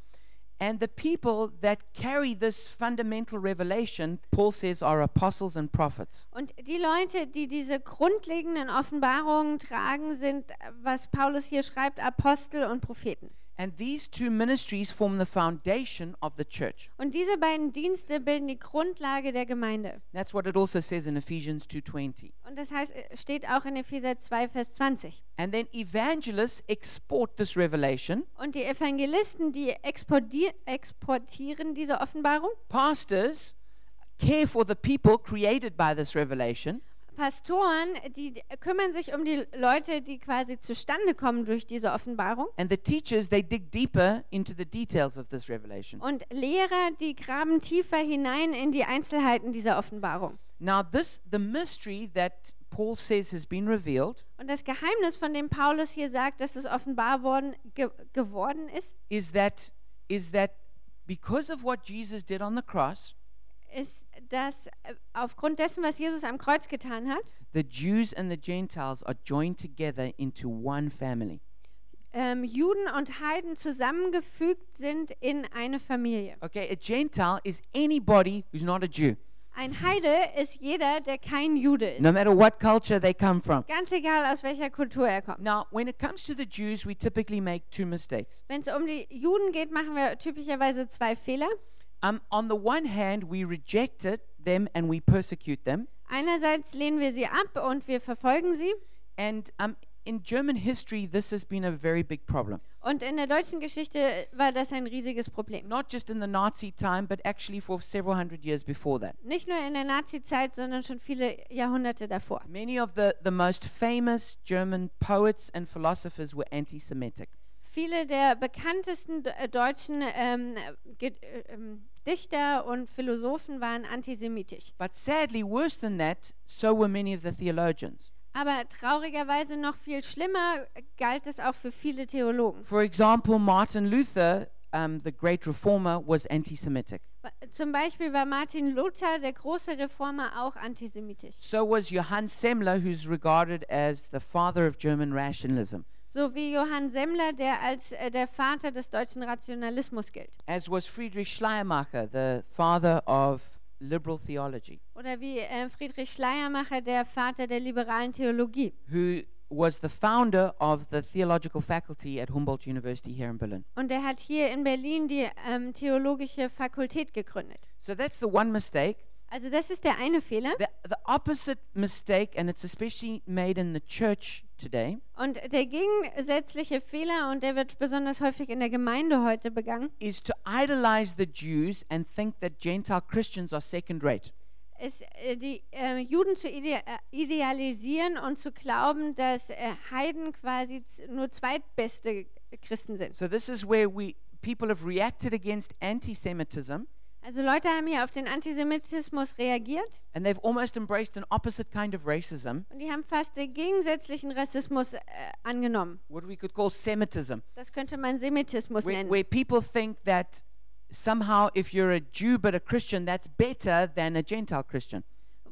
S1: And the people that carry this fundamental revelation, Paul says, are apostles and prophets.
S2: Und die Leute, die diese grundlegenden Offenbarungen tragen, sind, äh, was Paulus hier schreibt, Apostel und Propheten.
S1: And these two ministries form the foundation of the church.
S2: Und diese beiden Dienste bilden die Grundlage der Gemeinde.
S1: That's what it also says in Ephesians 2:20.
S2: Und das heißt, äh, steht auch in Epheser 2, Vers 20.
S1: And then evangelists export this revelation.
S2: Und die Evangelisten, die exportier exportieren diese Offenbarung.
S1: Pastors care for the people created by this revelation.
S2: Pastoren, die d- kümmern sich um die Leute, die quasi zustande kommen durch diese Offenbarung.
S1: And the teachers, they dig deeper into the details of this revelation.
S2: Und Lehrer, die graben tiefer hinein in die Einzelheiten dieser Offenbarung.
S1: Now, this the mystery that Paul says has been revealed
S2: Und das Geheimnis, von dem Paulus hier sagt, dass es offenbar worden, ge geworden ist,
S1: is that is that because of what Jesus did on the cross,
S2: ist, dass äh, aufgrund dessen, was Jesus am Kreuz getan hat,
S1: the Jews and the Gentiles are joined together into one family.
S2: ähm, Juden und Heiden zusammengefügt sind in eine Familie.
S1: Okay, a Gentile is anybody who's not a Jew,
S2: Ein Heide ist jeder, der kein Jude ist.
S1: no matter what culture they come from.
S2: Ganz egal, aus welcher Kultur er kommt.
S1: Now, when it comes to the Jews, we typically make two mistakes.
S2: Wenn es um die Juden geht, machen wir typischerweise zwei Fehler.
S1: Um, on the one hand, we reject it, them and we persecute them.
S2: Einerseits lehnen wir sie ab und wir verfolgen sie.
S1: And um, in German history, this has been a very big problem.
S2: Und in der deutschen Geschichte war das ein riesiges Problem.
S1: Not just in the Nazi time, but actually for several hundred years before that.
S2: Nicht nur in der Nazizeit, sondern schon viele Jahrhunderte davor.
S1: Many of the, the most famous German poets and philosophers were anti Semitic.
S2: Viele der bekanntesten de- äh, deutschen ähm, Ge äh, ähm, Dichter und Philosophen waren antisemitisch.
S1: But sadly, worse than that, so were many of the theologians.
S2: Aber traurigerweise noch viel schlimmer äh, galt es auch für viele Theologen.
S1: For example, Martin Luther, um, the great reformer, was anti Semitic.
S2: Wa- Zum Beispiel war Martin Luther, der große Reformer, auch antisemitisch.
S1: So was Johann Semler, who's regarded as the father of German rationalism,
S2: So wie Johann Semmler, der als äh, der Vater des deutschen Rationalismus gilt.
S1: as was Friedrich Schleiermacher, the father of liberal theology.
S2: Oder wie äh, Friedrich Schleiermacher, der Vater der liberalen Theologie.
S1: who was the founder of the theological faculty at Humboldt University here in Berlin.
S2: Und er hat hier in Berlin die ähm, theologische Fakultät gegründet.
S1: So that's the one mistake.
S2: Also das ist der eine Fehler.
S1: The, the opposite mistake, and it's especially made in the church today,
S2: Und der gegensätzliche Fehler, und der wird besonders häufig in der Gemeinde heute begangen,
S1: is to idolize the Jews and think that Gentile Christians are second rate.
S2: ist äh, die äh, Juden zu ide äh, idealisieren und zu glauben, dass äh, Heiden quasi z- nur zweitbeste Christen sind.
S1: So this is where we people have reacted against anti Semitism
S2: Also Leute haben hier auf den Antisemitismus reagiert
S1: and they've almost embraced an opposite kind of racism,
S2: und die haben fast den gegensätzlichen Rassismus äh, angenommen.
S1: what we could call Semitism,
S2: Das könnte man Semitismus
S1: where,
S2: nennen.
S1: where people think that somehow if you're a Jew but a Christian, that's better than a Gentile Christian.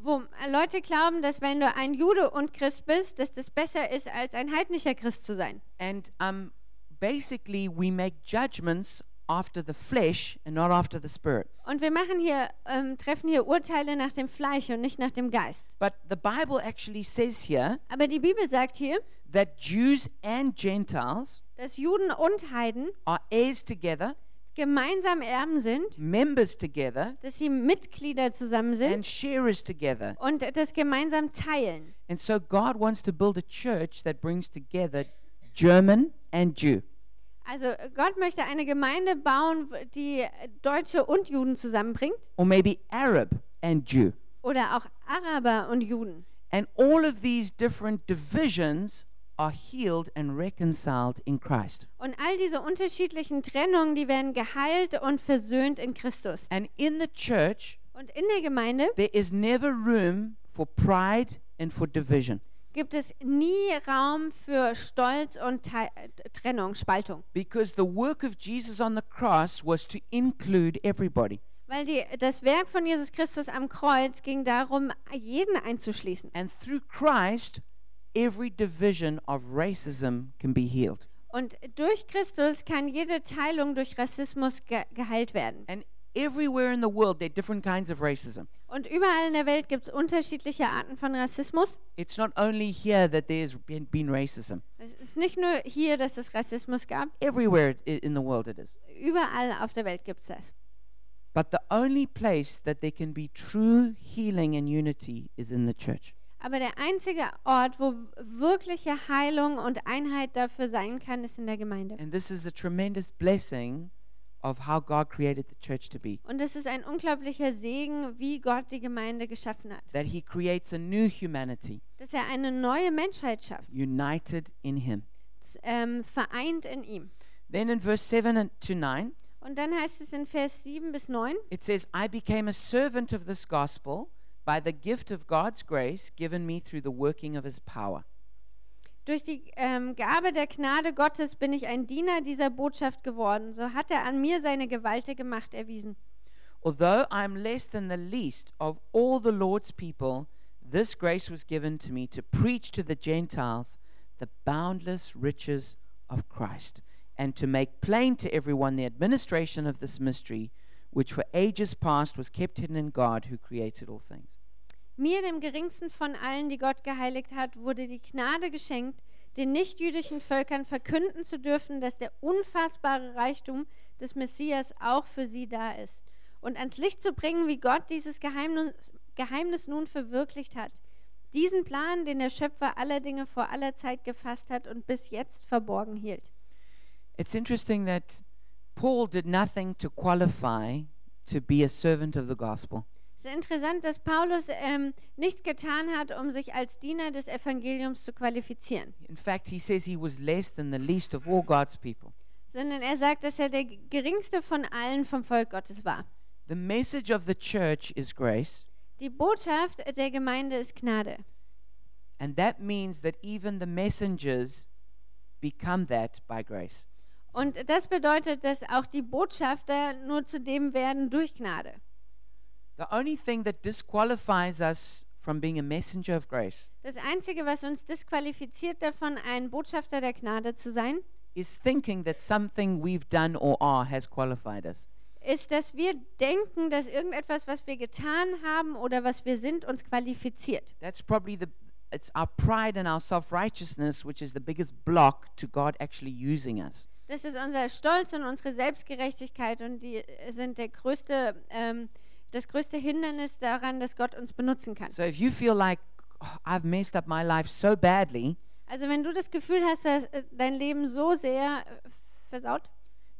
S2: Wo äh, Leute glauben, dass wenn du ein Jude und Christ bist, dass das besser ist, als ein heidnischer Christ zu sein.
S1: And um, basically, we make judgments after the flesh and not after the spirit.
S2: Und wir machen hier, ähm, treffen hier Urteile nach dem Fleisch und nicht nach dem Geist.
S1: But the Bible actually says here
S2: Aber die Bibel sagt hier,
S1: that Jews and Gentiles
S2: dass Juden und Heiden
S1: are heirs together,
S2: gemeinsam Erben sind,
S1: members together,
S2: dass sie Mitglieder zusammen
S1: and
S2: sind
S1: sharers together.
S2: und das gemeinsam teilen.
S1: And so God wants to build a church that brings together German and Jew.
S2: Also äh, Gott möchte eine Gemeinde bauen, w- die äh, Deutsche und Juden zusammenbringt
S1: or maybe Arab and Jew.
S2: oder auch Araber und Juden.
S1: And all of these different divisions are healed and reconciled in Christ.
S2: Und all diese unterschiedlichen Trennungen, die werden geheilt und versöhnt in Christus.
S1: And in the church,
S2: Und in der Gemeinde
S1: there is never room for pride and for division
S2: gibt es nie Raum für Stolz und Te äh, Trennung, Spaltung.
S1: because the work of Jesus on the cross was to include everybody.
S2: Weil die, das Werk von Jesus Christus am Kreuz ging darum, jeden einzuschließen.
S1: And through Christ, every division of racism can be healed.
S2: Und durch Christus kann jede Teilung durch Rassismus ge geheilt werden.
S1: And everywhere in the world, there are different kinds of racism.
S2: Und überall in der Welt gibt es unterschiedliche Arten von Rassismus.
S1: It's not only here that there's been, been racism.
S2: Es ist nicht nur hier, dass es Rassismus gab.
S1: Everywhere i- in the world it is.
S2: Überall auf der Welt gibt es das.
S1: But the only place that there can be true healing and unity is in the church.
S2: Aber der einzige Ort, wo wirkliche Heilung und Einheit dafür sein kann, ist in der Gemeinde.
S1: And this is a tremendous blessing of how God created the church to be.
S2: Und es ist ein unglaublicher Segen, wie Gott die Gemeinde geschaffen hat.
S1: That He creates a new humanity,
S2: Dass er eine neue Menschheit schafft,
S1: united in Him.
S2: ähm, vereint in ihm.
S1: Then in verse 7 and to 9,
S2: Und dann heißt es in Vers 7 bis 9,
S1: it says, I became a servant of this gospel by the gift of God's grace given me through the working of His power.
S2: Durch die ähm, Gabe der Gnade Gottes bin ich ein Diener dieser Botschaft geworden. So hat er an mir seine gewaltige Macht erwiesen.
S1: Although I am less than the least of all the Lord's people, this grace was given to me to preach to the Gentiles the boundless riches of Christ, and to make plain to everyone the administration of this mystery, which for ages past was kept hidden in God who created all things.
S2: Mir, dem geringsten von allen, die Gott geheiligt hat, wurde die Gnade geschenkt, den nichtjüdischen Völkern verkünden zu dürfen, dass der unfassbare Reichtum des Messias auch für sie da ist. Und ans Licht zu bringen, wie Gott dieses Geheimnis, Geheimnis nun verwirklicht hat. Diesen Plan, den der Schöpfer aller Dinge vor aller Zeit gefasst hat und bis jetzt verborgen hielt.
S1: It's interesting that Paul did nothing to qualify to be a servant of the gospel.
S2: Es ist interessant, dass Paulus ähm, nichts getan hat, um sich als Diener des Evangeliums zu qualifizieren,
S1: In fact, he says he was less than the least of all God's people.
S2: sondern er sagt, dass er der g- geringste von allen vom Volk Gottes war.
S1: The message of the church is grace.
S2: Die Botschaft der Gemeinde ist Gnade.
S1: And that means that even the messengers become that by grace.
S2: Und das bedeutet, dass auch die Botschafter nur zu dem werden durch Gnade.
S1: The only thing that disqualifies us from being a messenger of grace
S2: Das Einzige, was uns disqualifiziert davon, ein Botschafter der Gnade zu sein,
S1: is thinking that something we've done or are has qualified us.
S2: ist, dass wir denken, dass irgendetwas, was wir getan haben oder was wir sind, uns qualifiziert.
S1: That's probably the it's our pride and our self-righteousness which is the biggest block to God actually using us.
S2: Das ist unser Stolz und unsere Selbstgerechtigkeit und die sind der größte, ähm, das größte Hindernis daran, dass Gott uns benutzen kann.
S1: So if you feel like "Oh, I've messed up my life so badly
S2: Also wenn du das Gefühl hast, dass äh, dein Leben so sehr äh, versaut,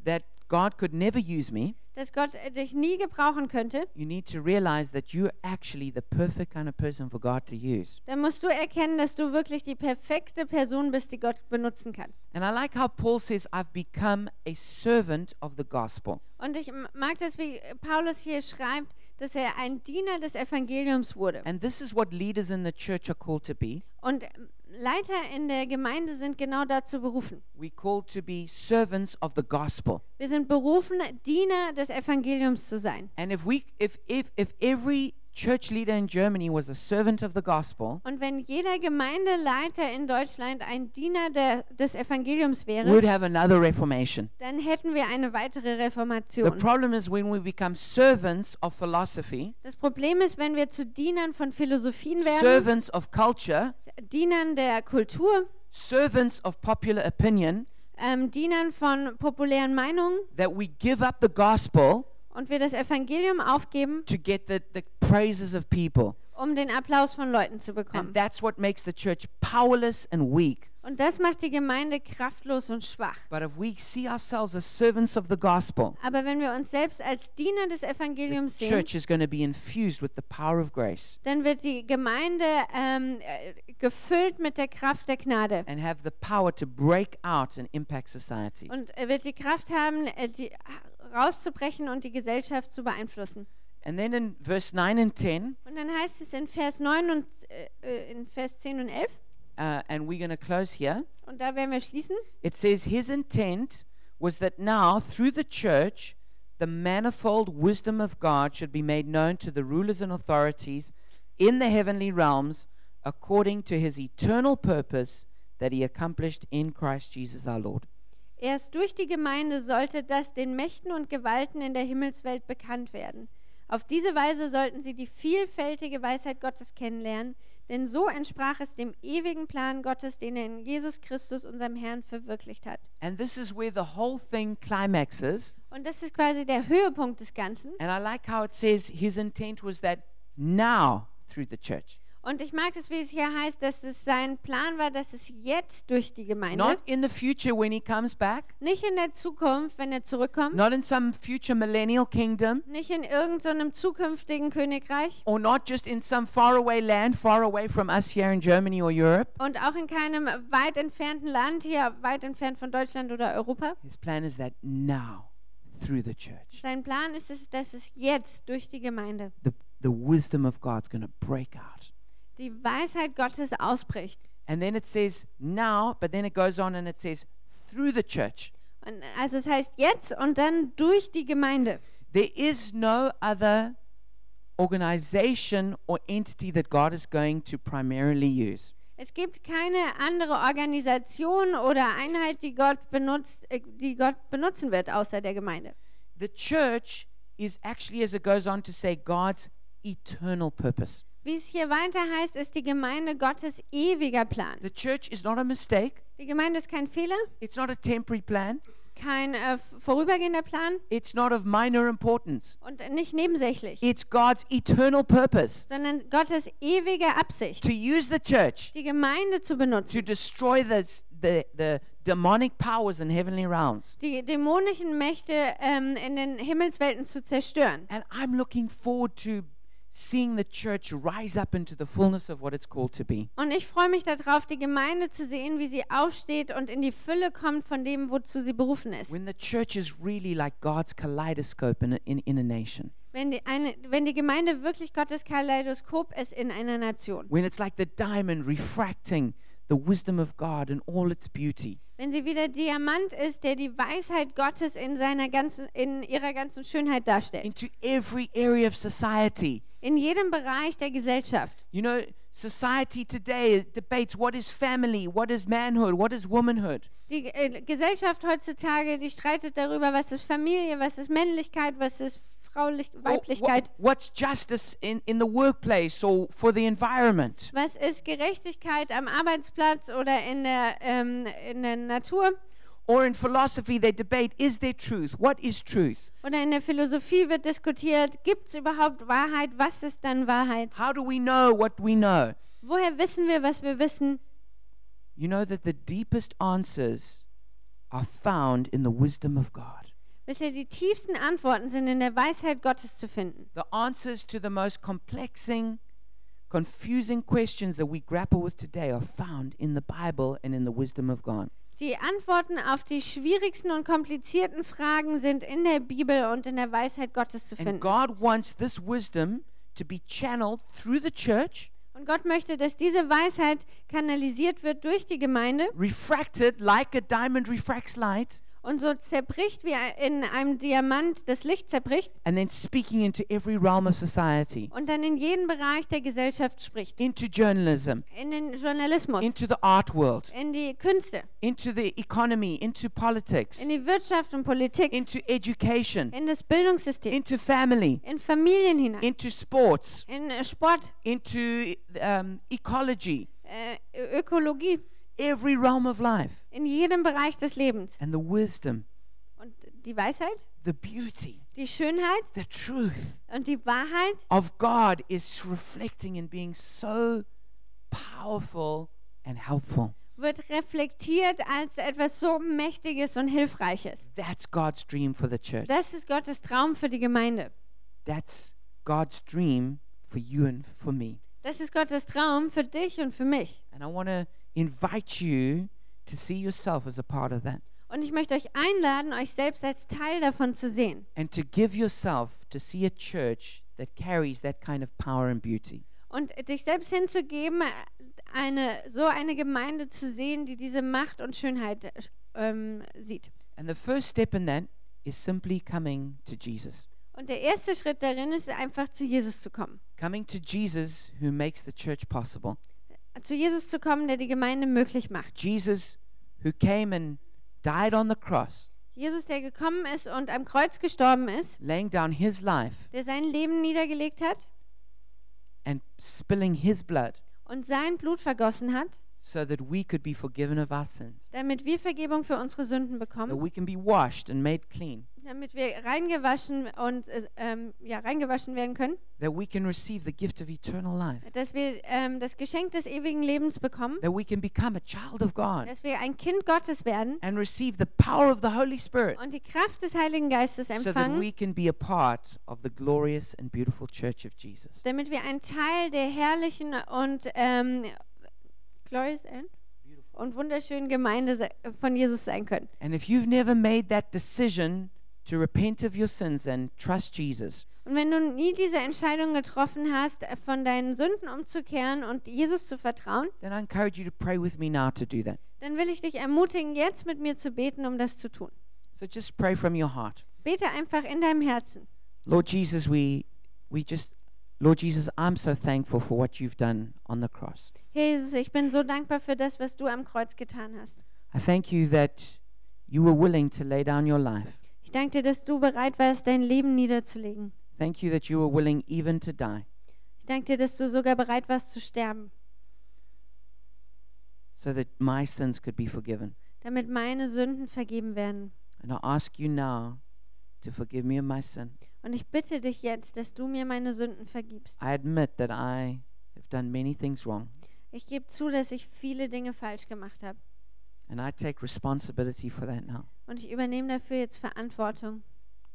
S1: that God could never use me,
S2: dass dass Gott äh, dich nie gebrauchen könnte,
S1: you need to realize that you're actually the perfect kind of person for God to use.
S2: dann musst du erkennen, dass du wirklich die perfekte Person bist, die Gott benutzen kann.
S1: And I like how Paul says, I've become a servant of the gospel.
S2: Und ich m- mag das, wie äh, Paulus hier schreibt, dass er ein Diener des Evangeliums wurde.
S1: And this is what leaders in the church are called to be.
S2: Und ähm, Leiter in der Gemeinde sind genau dazu berufen.
S1: We're called to be servants of the gospel.
S2: Wir sind berufen, Diener des Evangeliums zu sein.
S1: And if we if if if every church leader in Germany was a servant of the gospel,
S2: Und wenn jeder Gemeindeleiter in Deutschland ein Diener der, des Evangeliums
S1: we'd
S2: wäre,
S1: have another reformation.
S2: dann hätten wir eine weitere
S1: The
S2: Reformation.
S1: problem is when we become servants of philosophy,
S2: Das Problem ist, wenn wir zu Dienern von Philosophien werden,
S1: servants of culture,
S2: Dienern der Kultur,
S1: servants of popular opinion,
S2: ähm, Dienern von populären Meinungen
S1: that we give up the gospel
S2: und wir das Evangelium aufgeben,
S1: to get the, the praises of people.
S2: um den Applaus von Leuten zu
S1: And
S2: bekommen.
S1: that's what makes the church powerless and weak.
S2: Und das macht die Gemeinde kraftlos und schwach.
S1: But if we see ourselves as servants of the gospel,
S2: Aber wenn wir uns selbst als Diener des
S1: the
S2: Evangeliums sehen,
S1: church is going to be infused with the power of grace
S2: dann wird die Gemeinde ähm, äh, gefüllt mit der Kraft der Gnade
S1: and have the power to break out and impact society.
S2: und äh, wird die Kraft haben, äh, die, rauszubrechen und die Gesellschaft zu beeinflussen.
S1: And then in verse 9 and 10,
S2: Und dann heißt es in Vers 9 und äh, äh, in Vers 10 und 11,
S1: uh, and we're going to close here.
S2: und da werden wir schließen.
S1: It says, His intent was that now, through the church, the manifold wisdom of God should be made known to the rulers and authorities in the heavenly realms according to his eternal purpose that he accomplished in Christ Jesus our Lord.
S2: Erst durch die Gemeinde sollte das den Mächten und Gewalten in der Himmelswelt bekannt werden. Auf diese Weise sollten sie die vielfältige Weisheit Gottes kennenlernen, denn so entsprach es dem ewigen Plan Gottes, den er in Jesus Christus, unserem Herrn, verwirklicht hat.
S1: And this is where the whole thing climaxes.
S2: Und das ist quasi der Höhepunkt des Ganzen.
S1: And I like how it says his intent was that now through the church,
S2: Und ich mag es, wie es hier heißt, dass es sein Plan war, dass es jetzt durch die Gemeinde,
S1: not in the future when he comes back,
S2: nicht in der Zukunft, wenn er zurückkommt,
S1: not in some future millennial kingdom,
S2: nicht in irgendeinem zukünftigen Königreich
S1: or not just in some faraway land far away from us here in Germany or Europe.
S2: und auch in keinem weit entfernten Land hier, weit entfernt von Deutschland oder Europa.
S1: His plan is that now through the church,
S2: Sein Plan ist es, dass es jetzt durch die Gemeinde
S1: the, the wisdom of God's going to break out.
S2: die Weisheit Gottes ausbricht.
S1: And then it says now, but then it goes on and it says through the church.
S2: Und also es heißt jetzt und dann durch die Gemeinde.
S1: There is no other organization or entity that God is going to primarily use.
S2: Es gibt keine andere Organisation oder Einheit, die Gott benutzt, äh, die Gott benutzen wird, außer der Gemeinde.
S1: The church is actually, as it goes on to say, God's eternal purpose.
S2: Wie es hier weiter heißt, ist die Gemeinde Gottes ewiger Plan.
S1: The church is not a mistake,
S2: Die Gemeinde ist kein Fehler,
S1: it's not a temporary plan,
S2: kein äh, vorübergehender Plan
S1: it's not of minor importance.
S2: und nicht nebensächlich,
S1: It's God's eternal purpose
S2: sondern Gottes ewige Absicht,
S1: to use the church
S2: die Gemeinde zu
S1: to
S2: benutzen,
S1: destroy the, s- the, the demonic powers in heavenly realms.
S2: die dämonischen Mächte ähm, in den Himmelswelten zu zerstören.
S1: And I'm looking forward to seeing the church rise up into the fullness of what it's called to be.
S2: Und ich freue mich darauf, die Gemeinde zu sehen, wie sie aufsteht und in die Fülle kommt von dem, wozu sie berufen ist.
S1: When the church is really like God's kaleidoscope in a, in, in a nation,
S2: Wenn die, eine, wenn die Gemeinde wirklich Gottes Kaleidoskop ist in einer Nation.
S1: when it's like the diamond refracting the wisdom of God in all its beauty,
S2: Wenn sie wieder Diamant ist, der die Weisheit Gottes in, seiner ganzen, in ihrer ganzen Schönheit darstellt.
S1: into every area of society.
S2: In jedem Bereich der Gesellschaft.
S1: You know, society today debates what is family, what is manhood, what is womanhood.
S2: Die äh, Gesellschaft heutzutage, die streitet darüber, was ist Familie, was ist Männlichkeit, was ist Fraulich
S1: Or
S2: Weiblichkeit.
S1: wha- what's justice in, in the workplace or for the environment?
S2: Was ist Gerechtigkeit am Arbeitsplatz oder in der, ähm, in der Natur?
S1: Or in philosophy, they debate is there truth? What is truth?
S2: Oder in der Philosophie wird diskutiert, gibt es überhaupt Wahrheit? Was ist dann Wahrheit?
S1: How do we know what we know?
S2: Woher wissen wir, was wir wissen?
S1: You know that the deepest answers are found in the wisdom of God.
S2: Wisst ihr, die tiefsten Antworten sind in der Weisheit Gottes zu finden.
S1: The answers to the most complexing, confusing questions that we grapple with today are found in the Bible and in the wisdom of God.
S2: Die Antworten auf die schwierigsten und komplizierten Fragen sind in der Bibel und in der Weisheit Gottes zu
S1: And
S2: finden.
S1: God wants this wisdom to be channeled through the church,
S2: Und Gott möchte, dass diese Weisheit kanalisiert wird durch die Gemeinde
S1: refracted like a diamond refracts light,
S2: und so zerbricht wie ein- in einem Diamant das Licht zerbricht
S1: and then speaking into every realm of society,
S2: und dann in jeden Bereich der Gesellschaft spricht.
S1: into journalism,
S2: In den Journalismus,
S1: into the art world,
S2: in die Künste,
S1: into the economy, into politics,
S2: in die Wirtschaft und Politik,
S1: into education,
S2: in das Bildungssystem,
S1: into family,
S2: in Familien hinein,
S1: into sports,
S2: in äh, Sport,
S1: into um, ecology,
S2: äh, Ökologie,
S1: every realm of life.
S2: in jedem Bereich des Lebens.
S1: And the wisdom,
S2: Und die Weisheit,
S1: the beauty,
S2: die Schönheit
S1: the truth
S2: und die Wahrheit
S1: of God is reflecting and being so powerful and helpful.
S2: wird reflektiert als etwas so Mächtiges und Hilfreiches.
S1: That's God's dream for the church.
S2: Das ist Gottes Traum für die Gemeinde.
S1: That's God's dream for you and for me.
S2: Das ist Gottes Traum für dich und für mich.
S1: And I want to invite you to see yourself as a part of that
S2: Und ich möchte euch einladen, euch selbst als Teil davon zu sehen
S1: and to give yourself to see a church that carries that kind of power and beauty.
S2: und dich selbst hinzugeben, äh, eine, so eine Gemeinde zu sehen, die diese Macht und Schönheit äh, ähm, sieht.
S1: And the first step in that is simply coming to Jesus.
S2: Und der erste Schritt darin ist einfach zu Jesus zu kommen.
S1: Coming to Jesus who makes the church possible.
S2: Zu Jesus zu kommen, der die Gemeinde möglich macht.
S1: Jesus who came and died on the cross,
S2: Jesus, der gekommen ist und am Kreuz gestorben ist,
S1: laying down his life
S2: der sein Leben niedergelegt hat
S1: and spilling his blood
S2: und sein Blut vergossen hat,
S1: so that we could be forgiven of our sins,
S2: damit wir Vergebung für unsere Sünden
S1: that
S2: bekommen,
S1: we can be washed and made clean,
S2: damit wir reingewaschen und äh, ähm, ja reingewaschen werden können,
S1: that we can receive the gift of eternal life,
S2: dass wir ähm, das Geschenk des ewigen Lebens bekommen,
S1: that we can become a child of God
S2: dass wir ein Kind Gottes werden
S1: and receive the power of the Holy Spirit
S2: und die Kraft des Heiligen Geistes
S1: so that
S2: empfangen,
S1: we can be a part of the glorious and beautiful church of Jesus.
S2: damit wir ein Teil der herrlichen und ähm, glorious and und wunderschönen Gemeinde se- von Jesus sein können.
S1: And if you've never made that decision to repent of your sins and trust Jesus,
S2: Und wenn du nie diese Entscheidung getroffen hast, äh, von deinen Sünden umzukehren und Jesus zu vertrauen,
S1: then I encourage you to pray with me now to do that.
S2: dann will ich dich ermutigen, jetzt mit mir zu beten, um das zu tun.
S1: So just pray from your heart.
S2: Bete einfach in deinem Herzen.
S1: Lord Jesus, we we just Lord Jesus, I'm so thankful for what you've done on the cross.
S2: Herr Jesus, ich bin so dankbar für das, was du am Kreuz getan hast.
S1: I thank you that you were willing to lay down your life.
S2: Ich danke dir, dass du bereit warst, dein Leben niederzulegen.
S1: Thank you that you were willing even to die
S2: Ich danke dir, dass du sogar bereit warst zu sterben,
S1: so that my sins could be forgiven.
S2: damit meine Sünden vergeben werden.
S1: And I ask you now to forgive me of my sin.
S2: Und ich bitte dich jetzt, dass du mir meine Sünden vergibst.
S1: I admit that I have done many things wrong,
S2: Ich gebe zu, dass ich viele Dinge falsch gemacht habe.
S1: and I take responsibility for that now.
S2: Und ich übernehme dafür jetzt Verantwortung.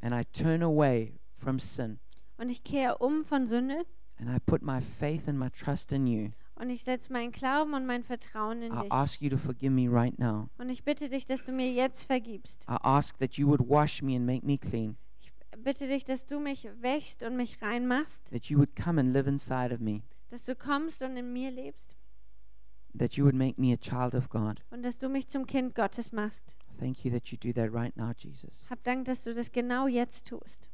S1: And I turn away from sin,
S2: Und ich kehre um von Sünde
S1: and I put my faith and my trust in you.
S2: und ich setze meinen Glauben und mein Vertrauen in
S1: I
S2: dich.
S1: ask you to forgive me right now.
S2: Und ich bitte dich, dass du mir jetzt vergibst.
S1: I ask that you would wash me and make me clean,
S2: Ich bitte dich, dass du mich wächst und mich rein machst,
S1: that you would come and live inside of me,
S2: dass du kommst und in mir lebst
S1: that you would make me a child of God.
S2: und dass du mich zum Kind Gottes machst.
S1: Thank you that you do that right now, Jesus.
S2: Hab Dank, dass du das genau jetzt tust.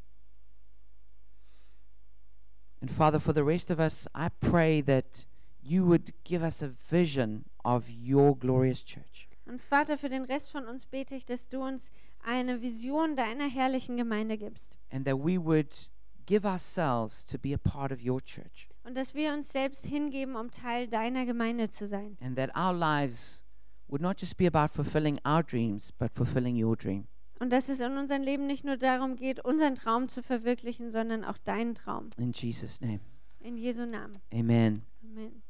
S1: And Father, for the rest of us, I pray that you would give us a vision of your glorious church,
S2: Und Vater, für den Rest von uns bete ich, dass du uns eine Vision deiner herrlichen Gemeinde gibst
S1: and that we would give ourselves to be a part of your church,
S2: und dass wir uns selbst hingeben, um Teil deiner Gemeinde zu sein.
S1: and that our lives would not just be about fulfilling our dreams, but fulfilling your dream.
S2: Und dass es in unserem Leben nicht nur darum geht, unseren Traum zu verwirklichen, sondern auch deinen Traum.
S1: In Jesus' name,
S2: In Jesu Namen.
S1: amen.
S2: Amen.